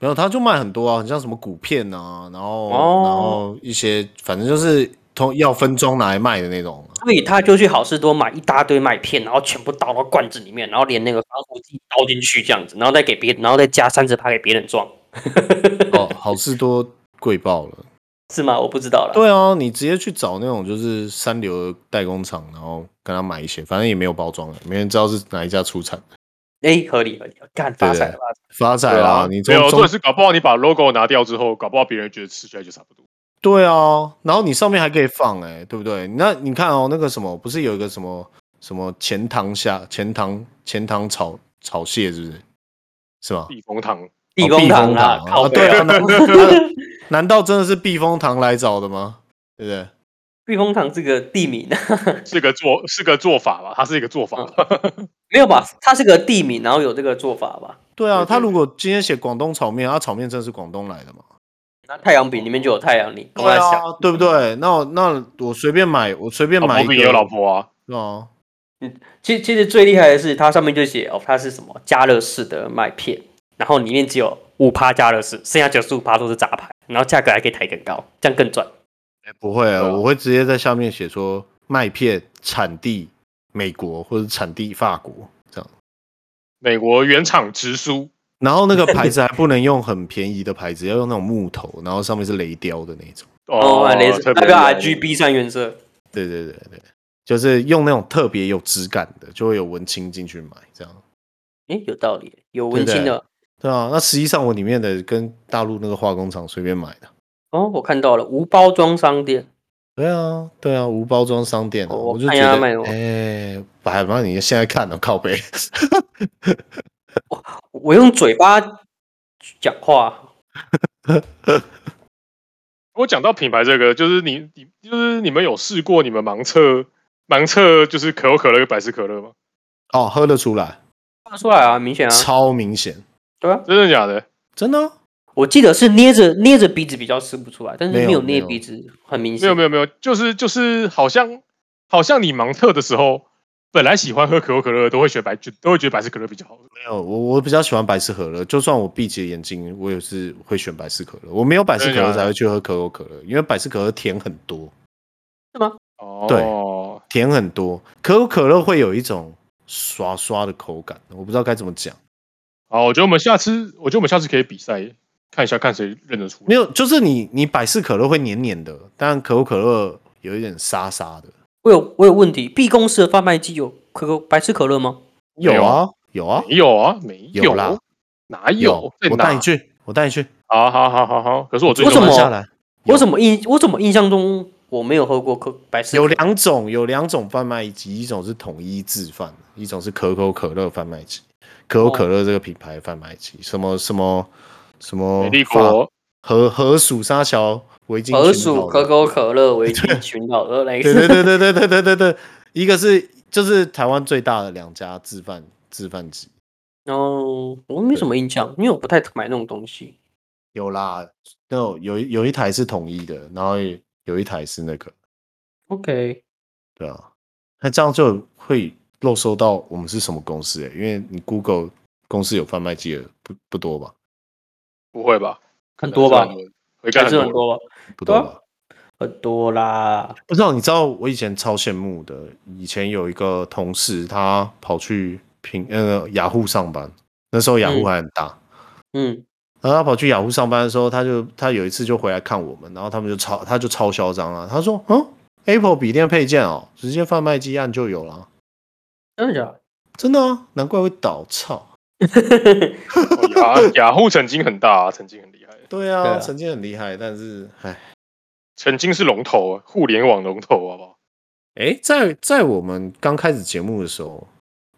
没有，他就卖很多啊，很像什么骨片啊，然后、哦然后一些反正就是通要分装拿来卖的那种。所以他就去好事多买一大堆麦片，然后全部倒到罐子里面，然后连那个防腐剂倒进去这样子，然后再给别，然后再加三十趴给别人装，哦，好事多贵爆了。是吗？我不知道了。对啊，你直接去找那种就是三流的代工厂，然后跟他买一些，反正也没有包装的，没人知道是哪一家出产。哎、合理合理，干发财了发财发财对啦！啊你没从有，中重点是搞不好你把 logo 拿掉之后，搞不好别人觉得吃起来就差不多。对啊，然后你上面还可以放哎、对不对？那你看哦，那个什么，不是有一个什么什么钱塘虾、钱塘钱塘炒炒蟹，是不是？是吗？避风塘，避风堂塘啦，啊，靠对背啊，啊，难难难道 <laughs> 真的是避风塘来找的吗？对不对？避风塘这个地名 <laughs> 是个做是个做法吧，它是一个做法。嗯 <laughs> 没有吧？它是个地名，然后有这个做法吧？对啊，对对啊他如果今天写广东炒面，他炒面真的是广东来的吗？那太阳饼里面就有太阳饼，跟对他想，啊，对不对？那我那我随便买，我随便老买婆一个哦饼也有老婆啊，对啊，其实其实最厉害的是它上面就写哦，它是什么加热式的麦片，然后里面只有五趴加热式，剩下九十五趴都是杂牌，然后价格还可以抬更高，这样更赚。哎不会啊，对啊我会直接在下面写说麦片产地美国或者产地法国这样，美国原厂直输，然后那个牌子还不能用很便宜的牌子，要用那种木头，然后上面是雷雕的那种。哦，雷特那别个有 RGB 三原色，对对对对，就是用那种特别有质感的，就会有文青进去买这样。诶，有道理，有文青的对啊，那实际上我里面的跟大陆那个化工厂随便买的。哦，我看到了无包装商店，对啊，对啊，无包装商店、啊，哦我我就觉看一下得卖什，么哎、还把你现在看了、靠背，我用嘴巴讲话，我讲到品牌这个，就是你你就是你们有试过你们盲测盲测就是可口可乐跟百事可乐吗？哦，喝得出来，看得出来啊，明显啊，超明显，对啊，真的假的？真的啊、我记得是捏着捏着鼻子比较吃不出来，但是没有没有没捏有鼻子很明没显，有没有没有，就是就是好像好像你盲测的时候，本来喜欢喝可口可乐的都会选百就都会觉得百事可乐比较好喝。没有我我比较喜欢百事可乐，就算我闭起眼睛，我也是会选百事可乐。我没有百事可乐真的假的才会去喝可口可乐，因为百事可乐甜很多，哦，甜很多，可口可乐会有一种刷刷的口感，我不知道该怎么讲。好，我觉得我们下次我觉得我们下次可以比赛看一下看谁认得出没来。有，就是你你百事可乐会黏黏的，但可口可乐有一点沙沙的。我有我有问题，B 公司的贩卖机有可口百事可乐吗？有啊，有啊，没有啊，没有啦哪有有？在我哪带你。去，我带你去，好好好好好，可是我最为什近么慢下来？有我怎么印我怎么印象中我没有喝过可百事可有乐两种，有两种贩卖机，一种是统一制贩，一种是可口可乐贩卖机。可口可乐这个品牌贩卖机，什么什么什么美丽法国和和属沙桥围巾河群鼠岛可的口可乐为菌群岛的那一对对次，对 <laughs> 对对对对对对，一个是就是台湾最大的两家自贩自贩机，然后哦我没什么印象，因为我不太买那种东西。有啦，有有一有一台是统一的，然后也有一台是那个， OK，对啊，那这样就会漏收到我们是什么公司、欸，因为你 Google 公司有贩卖机的不不多吧？不会吧？很多吧可能还是很多，回看还是很很多。多吧，不多对吧啊？很多啦。不知道，你知道我以前超羡慕的，以前有一个同事，他跑去平呃雅虎上班，那时候雅虎嗯还很大，嗯，然后他跑去雅虎上班的时候，他就他有一次就回来看我们，然后他们就超他就超嚣张了，他说：“嗯，Apple 笔电配件哦，直接贩卖机按就有了，啊真的假的？真的啊，难怪会倒，操！哦雅雅虎曾经很大，啊曾经很厉害，对啊，对啊曾经很厉害，但是唉，曾经是龙头，啊互联网龙头，好不好？诶，在在我们刚开始节目的时候，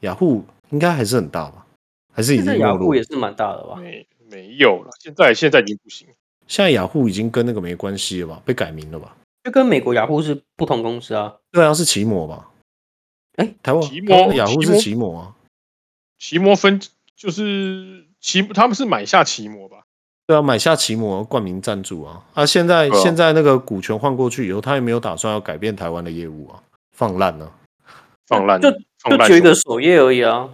雅虎应该还是很大吧？还是已现在经雅没虎落也？是蛮大的吧？没没有了，现在现在已经不行。现在雅虎已经跟那个没关系了吧？被改名了吧？就跟美国雅虎是不同公司啊。对啊，是奇摩吧？诶台湾奇摩台湾的雅虎奇是摩奇摩啊？奇摩分就是奇，他们是买下奇摩吧？对啊，买下奇摩冠名赞助啊！啊，现在、对啊现在那个股权换过去以后，他也没有打算要改变台湾的业务啊，放烂啊，放烂就放就烂只有一个首页而已啊。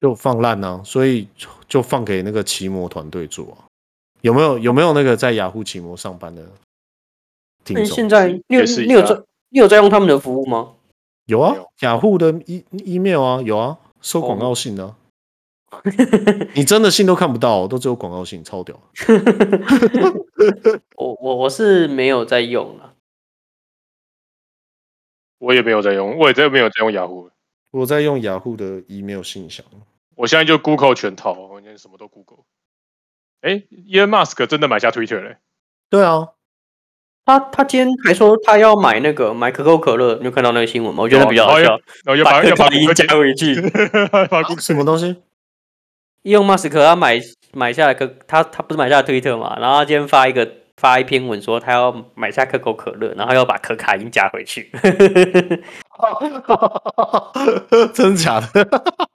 就放烂啊，所以就就放给那个奇摩团队做啊。有没有有没有那个在雅虎奇摩上班的听那众？啊现在你有也是一你有家在你有在用他们的服务吗？有啊没有，哦雅虎的 e email 啊，有啊，收广告信 <laughs> 啊。你真的信都看不到、哦，都只有广告信，超屌。我我我是没有在用啊了。我也没有在用，我也在没有在用雅虎，我在用雅虎的 email 信箱，我现在就 Google 全套，我现在什么都 Google。哎，Elon Musk 真的买下 Twitter 嘞、对啊，他他今天还说他要买那个买可口可乐，你有看到那个新闻吗？我觉得比较好笑，然后又啊把把可又把卡谷因歌加接回 <laughs> 去。把谷歌什么东西？ <laughs> 伊隆马斯克他买买下了可他他不是买下了推特嘛，然后他今天发一个发一篇文说他要买下可口可乐，然后要把可卡因加回去， <laughs> 真的假的？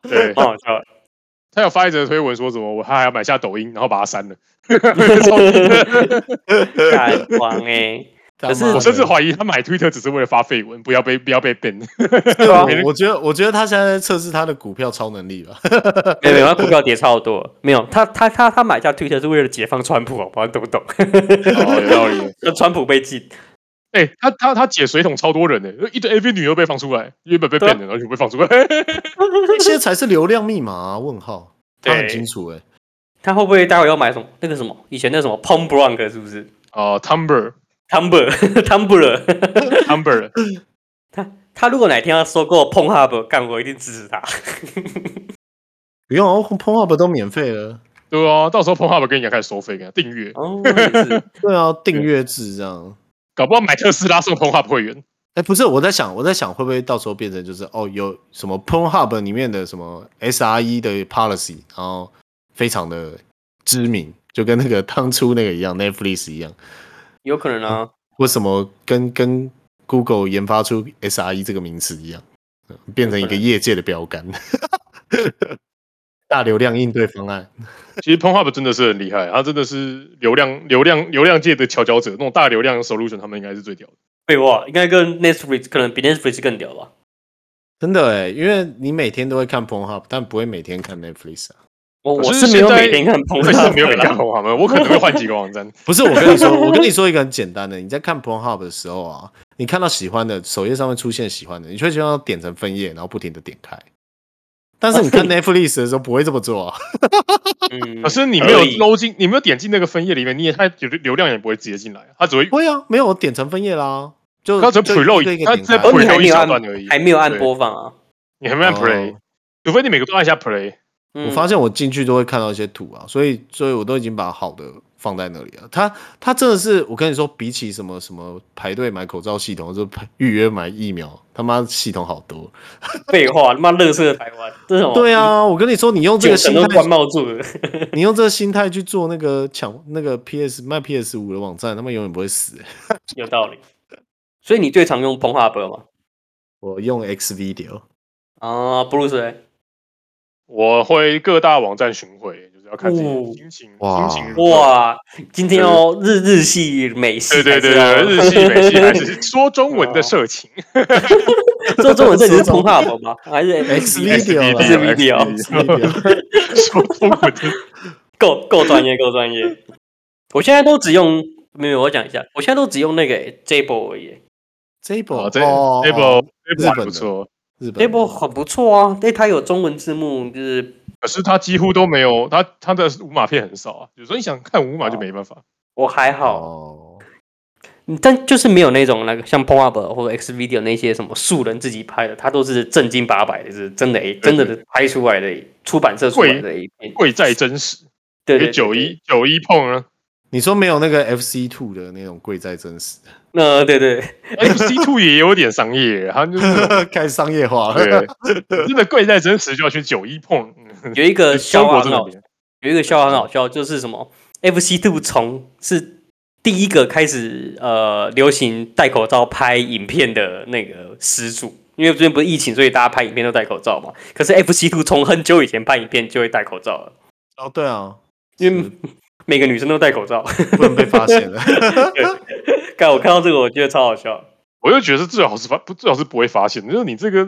对蛮好笑的。他有发一则推文说什么，我他还要买下抖音，然后把它删 <laughs> 了。超干王哎，可是他妈的我甚至怀疑他买推特只是为了发绯闻，不要被不要被 ban。对啊，我我觉得，我觉得他现在在测试他的股票超能 <laughs> 力吧。 <laughs> 没有没有，他股票跌超多，没有他他他他买下 Twitter 是为了解放川普，好不好？你懂不懂？ <laughs> 哦，有道理。让川普被禁， <laughs> 哎、他他他解水桶超多人呢、一堆 AV 女优被放出来，原本被对啊 ban 的，然后全部被放出来。 <laughs> 这些才是流量密码啊！问号，他很对清楚哎、欸。他会不会待会要买什么那个什么以前那什么 Pom Blanc 是不是哦、t u m b l r Tumblr <laughs> Tumblr？ <laughs> t u m b l r 他如果哪天要收购 p o n Hub，干我一定支持他。不用啊，碰 up 都免费了。对啊，到时候 p o n h u b 跟人家开始收费，给他订阅，哦，也是，对啊，订阅制这样。搞不好买特斯拉送 p o n h u b 会员。哎、不是，我在想，我在想，会不会到时候变成就是哦，有什么 p o n h u b 里面的什么 SRE 的 policy，然后非常的知名，就跟那个 <laughs> 当初那个一样，Netflix 一样，有可能啊。为什么跟跟 Google 研发出 SRE 这个名词一样，呃变成一个业界的标杆， <laughs> 大流量应对方案。其实 p o n h u b 真的是很厉害，他真的是流量流量流量界的佼佼者，那种大流量 solution 他们应该是最屌的。废话，应该跟 Netflix 可能比 Netflix 更屌吧？真的哎，因为你每天都会看 Pornhub，但不会每天看 Netflix 啊。我我可是是没有现在每天看 p 我 o 也 n 是 Hub，没有每啦天看 p o n h u b 我可能会换几个网 <laughs> 站。不是，我跟你说，我跟你说一个很简单的，你在看 Pornhub 的时候啊，你看到喜欢的首页上面出现喜欢的，你就会希望点成分页，然后不停的点开。但啊是你看 Netflix 的时候不会这么做啊，嗯可是你没有合理搂进，你没有点进那个分页里面，你也它流流量也不会直接进来，它只会会啊，没有我点成分页啦，就它只就会 preload，一个一它个点在开。哦，你 preload 还没有小按段而已还没有按对播放啊？你还没按哦 play，、除非你每个都按下 play。嗯我发现我进去都会看到一些图啊，所以所以我都已经把好的放在那里了。它它真的是，我跟你说，比起什么什么排队买口罩系统，就排预约买疫苗，他妈系统好多。废话，他妈乐色台湾这种对，啊，我跟你说，你用这九个成心都是态官，帽住的。 <laughs> <laughs> 你用这个心态去做那个抢那个 PS 卖 PS 五的网站，他们永远不会死、有道理。所以你最常用 p o n h u b 吗？我用 X Video，啊，Bruce，嘞我会各大网站巡回，就是要看自己的哦心情，哇心情如何。哇，今天要日日系美系对对才对知道，啊对，日系美系 <laughs> 还是说中文的色情 <laughs> 这中文这里 <laughs> 是 p o n h u b 吗？还是 X XVD Video 啦还是 Video？ X <laughs> Video 说中文的够够专业，够专业。我现在都只用，没有，我讲一下，我现在都只用那个 Jable 而已。 Jable，哦，这哦 Apple 日 Apple 本还的不错，日本 Jable 很不错啊，因为它有中文字幕，就是可是它几乎都没有，它它的无码片很少啊。有时候你想看无码就没办法。我还好，哦，嗯但就是没有那种那个像 p o n h u b 或者 Xvideo 那些什么素人自己拍的，它都是正经八百的，是真的真的拍出来的出版社出来的一片。贵在真实，对因对为九，一九一碰啊呢你说没有那个 FC Two 的那种贵在真实， <laughs> 那对对， ，FC Two 也有点商业，它就是 <laughs> 那种开始商业化了。对，真的贵在真实就要去九一碰。<laughs> 有一个笑中话国很真的好没有，有一个笑话很好笑，就是什么 FC Two 从是第一个开始呃流行戴口罩拍影片的那个始祖，因为最近不是疫情，所以大家拍影片都戴口罩嘛。可是 FC Two 从很久以前拍影片就会戴口罩了，哦，对啊，因为每个女生都戴口罩。不能被发现了。 <laughs> 干，我看到这个我觉得超好笑。我就觉得最好是发不最好是不会发现，就是你这个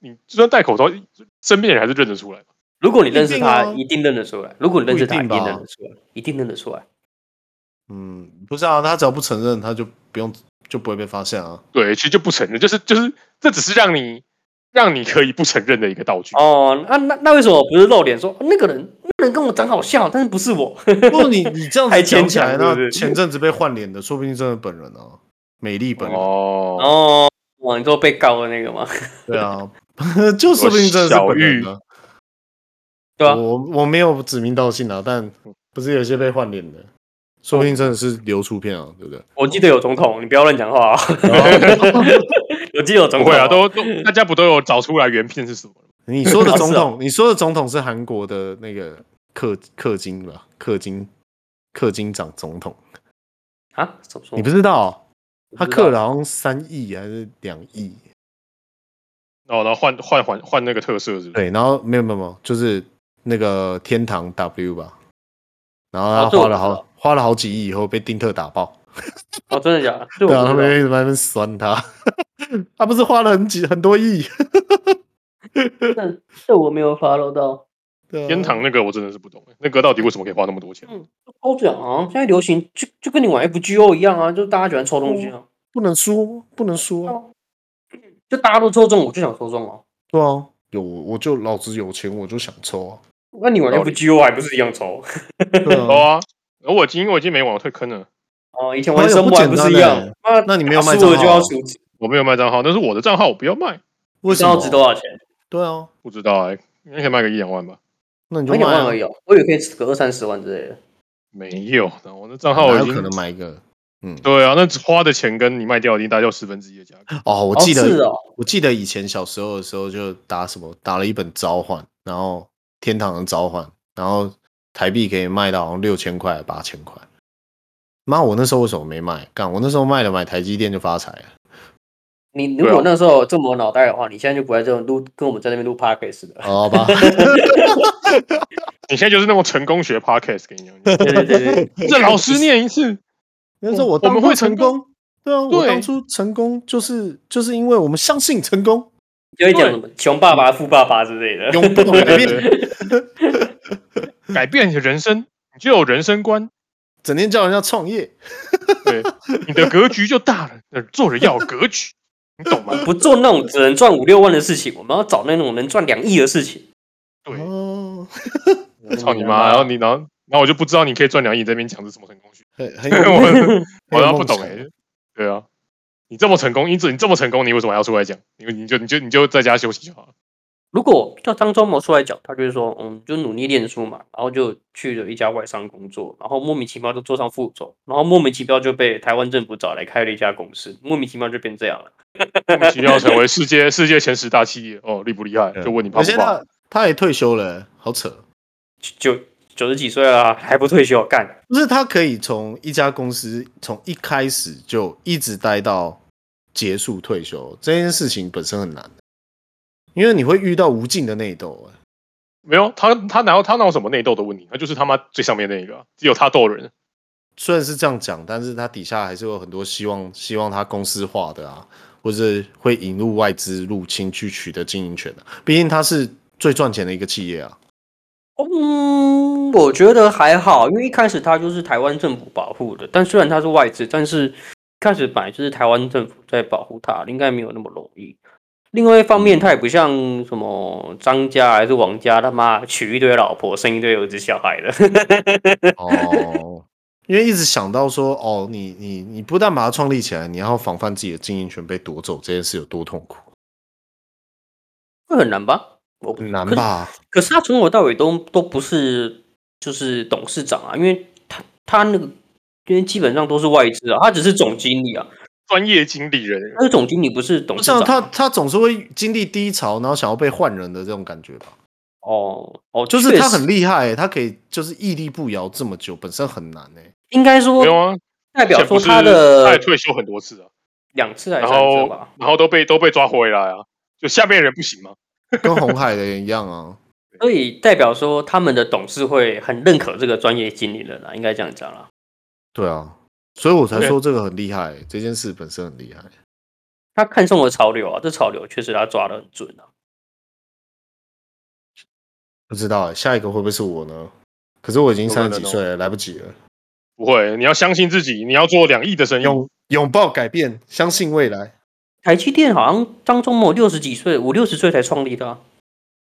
你就算戴口罩，身边人还是认得出来。如果你认识他，一定啊一定认得出来；如果你认识他，不一一定吧定认得出来，一定认得出来。嗯，不是啊，他只要不承认，他就不用就不会被发现啊。对，其实就不承认，就是就是这只是让你让你可以不承认的一个道具。哦，那那那为什么不是露脸说哦那个人那个人跟我长好像，但是不是我？不过你你这样还子讲牵起来，强是那不是前阵子被换脸的，说不定真的本人啊，美丽本人。哦， <laughs> 哦，哦，你说被告的那个吗？对啊， <laughs> 就说不定真的是本人呢。对啊，我我没有指名道姓啊，但不是有些被换脸的，说不定真的是流出片啊，对不对？我记得有总统，你不要乱讲话啊、 <laughs> 我记得有总不会统啊、啊，都都大家不都有找出来原片是什么了吗？你说的总 <laughs> 是哦统，你说的总统是韩国的那个氪氪金吧？氪金氪金长总统，啊，怎么说？你不知道哦、他我不知道氪了好像三亿还是两亿？哦，然后换换换换那个特色是不是？对，然后没有没有没有，就是那个天堂 W 吧，然后哦他这我花了不知好、道花了好几亿以后被丁特打爆，哦，真的 <laughs> 假的？这对啊，我他不们知一直在那边酸他， <laughs> 他不是花了很几很多亿，道，这这我没有 follow 到。对啊天堂那个我真的是不懂，那个到底为什么可以花那么多钱？抽奖啊，现在流行就就跟你玩 FGO 一样啊，就大家喜欢抽东西啊，不能输，不能输哦啊，就大家都抽中，我就想抽中啊。对啊，有我就老子有钱我就想 <laughs> 抽啊，那你玩道理 FGO 还不是一样抽？对哦啊，啊，而我已经我已经没网我退坑了，哦，以前哎玩呦生不物还简不单是一样欸？那那你没有卖输了账就要号数值，我没有卖账号，但是我的账号我不要卖，为什账么号值多少钱？对啊，不知道哎、应该可以卖个一两万吧？那你就一两卖万啊而已哦，我以为可以值个二三十万之类的。没有，我的账号哪我有已经可能买一个。嗯，对啊，那花的钱跟你卖掉已经大概就十分之一的价格。哦，我记得、哦是哦，我记得以前小时候的时候就打什么打了一本召唤，然后天堂的召唤，然后台币可以卖到好像六千块八千块。妈，我那时候为什么没卖？干，我那时候卖了买台积电就发财 <laughs> 了。你如对啊果那时候有这么有脑袋的话，你现在就不在这种录跟我们在那边录 podcast 的。哦好 <laughs> 吧， <laughs> 你现在就是那种成功学 podcast 给你讲，对对对对，你这老师念一次，那时候我当们初会成成功，对啊，我对当初成功就是就是因为我们相信成功， <laughs> 就会讲什么穷爸爸、富爸爸之类的。永不改变。 <laughs> 改变你的人生，你就有人生观，整天叫人家创业，对，你的格局就大了。呃做人要有格局，你懂吗？不做那种只能赚五六万的事情，我们要找那种能赚两亿的事情。对，哦，操你妈！然后你，然后，然后我就不知道你可以赚两亿，你在那边讲是什么成功学，很很有 <laughs> 我我很有然后不梦懂想哎、对啊，你这么成功，你这你这么成功，你为什么还要出来讲？你你就你就你就在家休息就好了。如果叫张忠谋出来讲，他就是说，嗯，就努力念书嘛，然后就去了一家外商工作，然后莫名其妙就做上副总，然后莫名其妙就被台湾政府找来开了一家公司，莫名其妙就变这样了。莫名其妙成为世界世界前十大企业哦，厉不厉害？就问你怕而不且怕他？他也退休了，好扯。九九九十几岁了啊、还不退休，干不是他可以从一家公司从一开始就一直待到结束退休，这件事情本身很难，因为你会遇到无尽的内斗、哎没有他他哪有他哪有什么内斗的问题？他就是他妈最上面那一个啊，只有他斗人。虽然是这样讲，但是他底下还是有很多希望，希望他公司化的啊，或者会引入外资入侵去取得经营权的、啊毕竟他是最赚钱的一个企业 <laughs> 啊。嗯，我觉得还好，因为一开始他就是台湾政府保护的，但虽然他是外资，但是一开始本来就是台湾政府在保护他，应该没有那么容易。另外一方嗯面，他也不像什么张家还是王家，他妈娶一堆老婆，生一堆儿子小孩的。哦，因为一直想到说，哦，你你你不但把它创立起来，你要防范自己的经营权被夺走，这件事有多痛苦， <laughs> 会很难吧？我不很难？吧？可是可是他从头到尾都都不是就是董事长啊，因为他他那个因为基本上都是外资啊，他只是总经理啊，专业经理人，他是总经理不是董不事是啊长。他，他总是会经历低潮，然后想要被换人的这种感觉吧。哦哦，就是确他实很厉害欸、他可以就是屹立不摇这么久，本身很难欸诶、应该没有说啊？代表而且不说是他他的也退休很多次啊，两次还是然三次后吧。然后都被都被抓回来啊，就下面人不行吗？跟红海的人一样啊。所以代表说他们的董事会很认可这个专业经理人啊啦，应该这样讲啦。对啊，所以我才对说这个很厉害欸、这件事本身很厉害。他看中了潮流啊，这潮流确实他抓的很准啊。不知道、欸、下一个会不会是我呢？可是我已经有可三能哦十几岁了，来不及了。不会，你要相信自己，你要做两亿的嗯生意。拥拥抱改变，相信未啊来。台积电好像张忠谋六十几岁，五六十岁才创立的啊、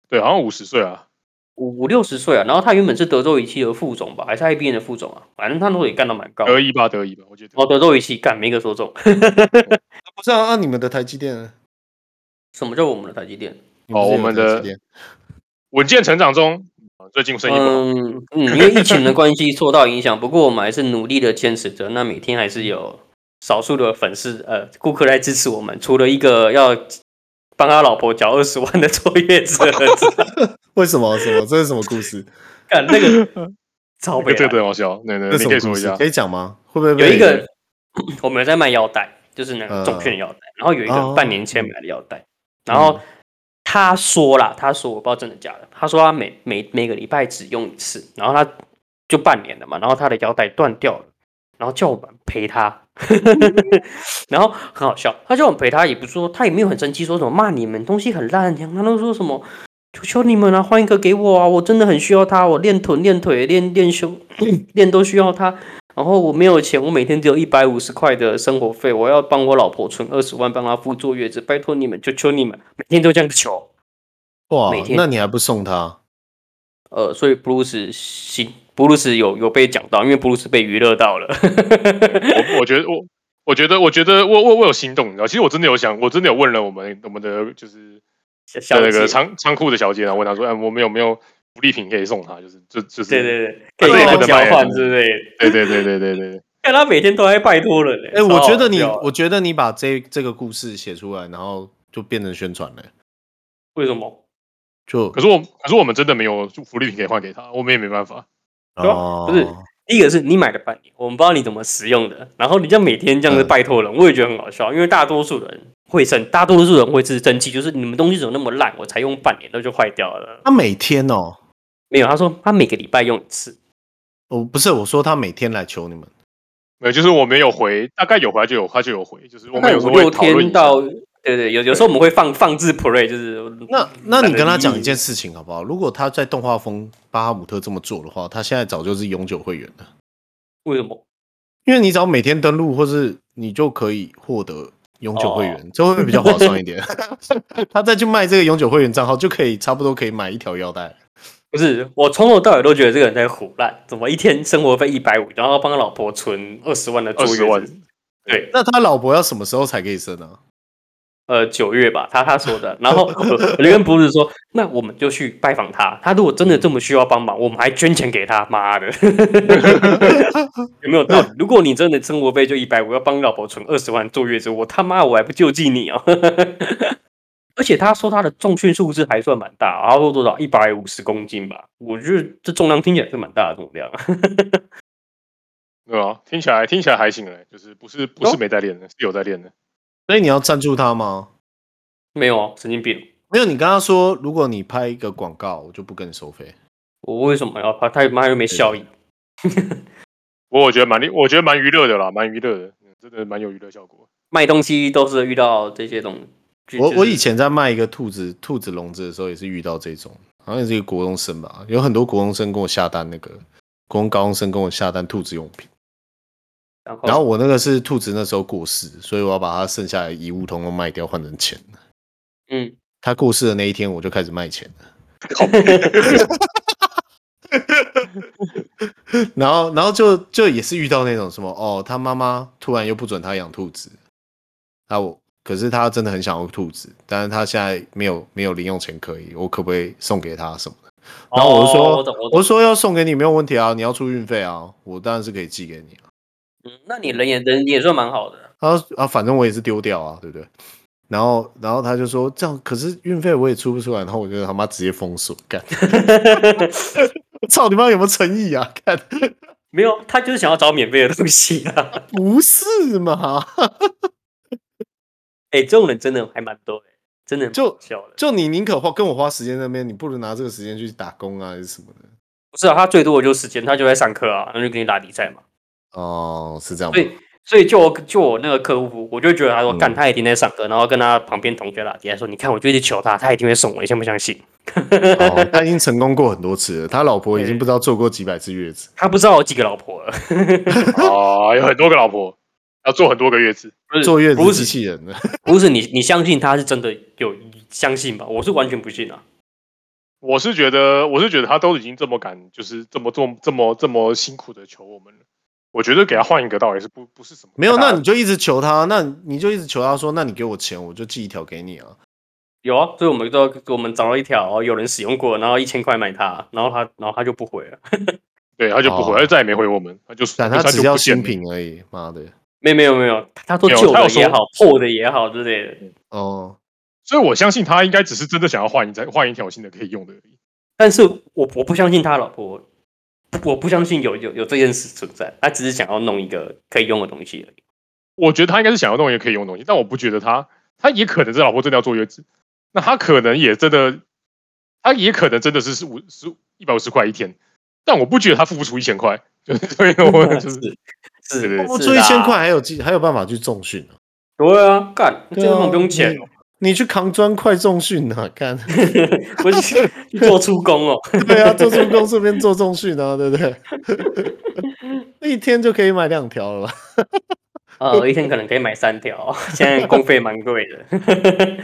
对，好像五十岁啊，五五六十岁啊。然后他原本是德州仪器的副总吧，还是 IBM 的副总啊，反正他都也干到蛮高的。得意吧，得意吧，我觉得。哦，德州仪器干没一个说中。 <laughs> 不是啊，按、你们的台积电呢，什么叫我们的台积电？你不是哦有我们台的积电稳健成长中，啊最近生意不好，嗯嗯，因为疫情的关系受到影响，不过我们还是努力的坚持着。那每天还是有少数的粉丝呃顾客来支持我们，除了一个要帮他老婆缴二十万的坐月子的儿子，为什么？什么？这是什么故 <laughs> 事？干那个超这悲个这哀个。很好笑。对对，这是什你可么以说故一事下？可以讲吗？会不会有被一个 <clears throat> 我们有在卖腰带，就是那嗯个证券腰带，然后有一哦个半年前买的腰带，然后他说啦，他说我不知道真的假的，他说他每每每个礼拜只用一次，然后他就半年了嘛，然后他的腰带断掉了，然后叫我们陪他， <laughs> 然后很好笑，他叫我们陪他，也不是说他也没有很生气，说什么骂你们东西很烂，他都说什么。求求你们啊，换一个给我啊！我真的很需要它，我练臀、练腿、练练胸、练都需要它。然后我没有钱，我每天只有一百五十块的生活费，我要帮我老婆存二十万，帮她付坐月子，拜托你们，求求你们，每天都这样子求。哇每，天那你还不送他？呃，所以布鲁斯心，布鲁斯有有被讲到，因为布鲁斯被娱乐到了。 <laughs> 我我觉得我我觉得我觉得我我我有心动，你知道，其实我真的有想，我真的有问了我们我们的就是小小那个姐仓仓库的小姐，然后问她说，哎，我们有没有福利品可以送她？就是就就是对对这对，也可以跟不能他交买啊换之类的。对对对对对对对， <laughs> 看他每天都在拜托人、欸，哎、我超觉得你，好笑我觉得你把这这个故事写出来，然后就变成宣传了、为什么？就可是我可是我们真的没有福利品可以换给她，我们也没办法。对啊哦，不是第一个是你买了半年，我们不知道你怎么使用的，然后你这样每天这样子嗯拜托人，我也觉得很好笑，因为大多数人会生，大多数人会是生气，就是你们东西怎么那么烂，我才用半年那就坏掉了。他每天哦，没有，他说他每个礼拜用一次，我不是我说他每天来求你们，没有，就是我没有回，大概有回来就有，他就有回，就是我们大概有时五候会六讨论一天下到，对对，有有时候我们会放放置 play，就是那那你跟他讲一件事，事情好不好？如果他在动画风巴哈姆特这么做的话，他现在早就是永久会员了。为什么？因为你只要每天登录，或是你就可以获得永久会员，哦这会不会比较划算一点？他再去卖这个永久会员账号，就可以差不多可以买一条腰带。不是，我从头到尾都觉得这个人在胡乱，怎么一天生活费一百五，然后帮老婆存二十万的坐月子20万那他老婆要什么时候才可以生啊？呃九月吧，他他说的。然后我就跟博士说，那我们就去拜访他，他如果真的这么需要帮忙，我们还捐钱给他。妈的， <laughs> 有没有道理？如果你真的生活费就一百五，要帮你老婆存二十万坐月子，我他妈我还不救济你哦！ <laughs> 而且他说他的重训数字还算蛮大，然后多少一百五十公斤吧，我觉得这重量听起来是蛮大的重量。 <laughs> 对吧？听起来听起来还行嘞，就是不是不是哦没在练的，是有在练的。所以你要赞助他吗？没有啊，神经病！没有，你跟他说，如果你拍一个广告，我就不跟你收费。我为什么要怕？他妈又没效益。 <laughs> 不过我觉得蛮我觉得蛮娱乐的啦，蛮娱乐的，嗯真的蛮有娱乐效果。卖东西都是遇到这些东西。我我就是以前在卖一个兔子兔子笼子的时候，也是遇到这种，好像也是一个国中生吧，有很多国中生跟我下单那个，国中高中生跟我下单兔子用品。然后然后我那个是兔子那时候过世，所以我要把它剩下的遗物通通卖掉换成钱。嗯，它过世的那一天，我就开始卖钱了。 <laughs> 然后，然后就就也是遇到那种什么哦，他妈妈突然又不准他养兔子，那我可是他真的很想要兔子，但是他现在没有没有零用钱可以，我可不可以送给他什么的？然后我就说，哦我懂我我懂。就说要送给你没有问题啊，你要出运费啊，我当然是可以寄给你啊。嗯那你人也人也算蛮好的，他说啊，反正我也是丢掉啊，对不对？然后，然后他就说这样，可是运费我也出不出来，然后我就他妈直接封锁，干， <laughs> 操你妈有没有诚意啊？干，没有，他就是想要找免费的东西啊。 <laughs> 不是嘛？哎、这种人真的还蛮多的，真的就笑的。就你宁可花跟我花时间在那边，你不如拿这个时间去打工啊，还是什么的？不是啊，他最多的就是时间，他就在上课啊， <laughs> 那就给你打比赛嘛。哦，是这样吗所？以，所以就我就我那个客户，我就觉得他说嗯干，他一定在上课，然后跟他旁边同学打比赛，说你看，我就一直求他，他一定会送我，你相不相信？哦，他已经成功过很多次了，他老婆已经对不知道做过几百次月子。他不知道我几个老婆了，啊，有很多个老婆，要做很多个月子。不是坐月子不机是器人了， <laughs> 不是你你相信他是真的有相信吧？我是完全不信啊。我是觉得，我是觉得他都已经这么敢，就是这么做，这么这么辛苦的求我们了。我觉得给他换一个倒也是不不是什么没有，大那你就一直求他，那你就一直求他说，那你给我钱，我就寄一条给你啊。有啊，所以我们都我们找到一条有人使用过，然后一千块买它，然后他然后他就不回了。对他就不回，哦他再也没回我们，他就但他他就只要不见新了品而已，妈的。没有没有没有，他说没有旧他有的也说好，破的也好之类的。哦，所以我相信他应该只是真的想要换一再换一条新的可以用的而已。但是我我不相信他老婆，我不相信有有有这件事存在，他只是想要弄一个可以用的东西而已。我觉得他应该是想要弄一个可以用的东西，但我不觉得他，他也可能这老婆真的要坐月子，那他可能也真的，他也可能真的是是五十一百五十块一天，但我不觉得他付不出一千块， <laughs> 就是所以我就是是对对是对我啦哦出一千块，还有机还有办法去重训啊？对啊，干，这对种啊不用钱哦，你去扛砖块重训啊？看，不是去做出工哦， <laughs> 对啊，做重工顺便做重训啊，对不对？ <laughs> 一天就可以买两条了吧？ <laughs> <laughs> 呃，我一天可能可以买三条，现在工费蛮贵的。 <laughs>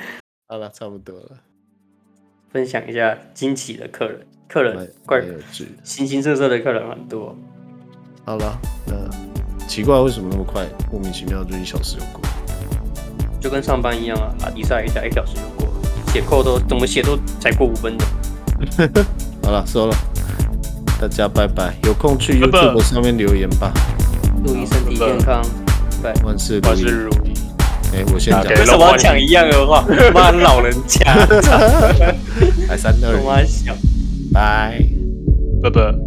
好了，差不多了，分享一下惊奇的客人，客人蛮怪蛮有趣的。形形色色的客人很多。好了，那奇怪为什么那么快，莫名其妙就一小时就过了？就跟上班一样啊，拉比赛一下一小时就过了，写扣都怎么写都才过五分钟。好了，收了，大家拜拜，有空去拜拜 YouTube 上面留言吧。祝你身体健康。对，万事如万意事。如意。哎、我先讲大，家为什么要讲一样的话？妈老人 <laughs> 家，来三二我一，啊妈小。拜。拜拜。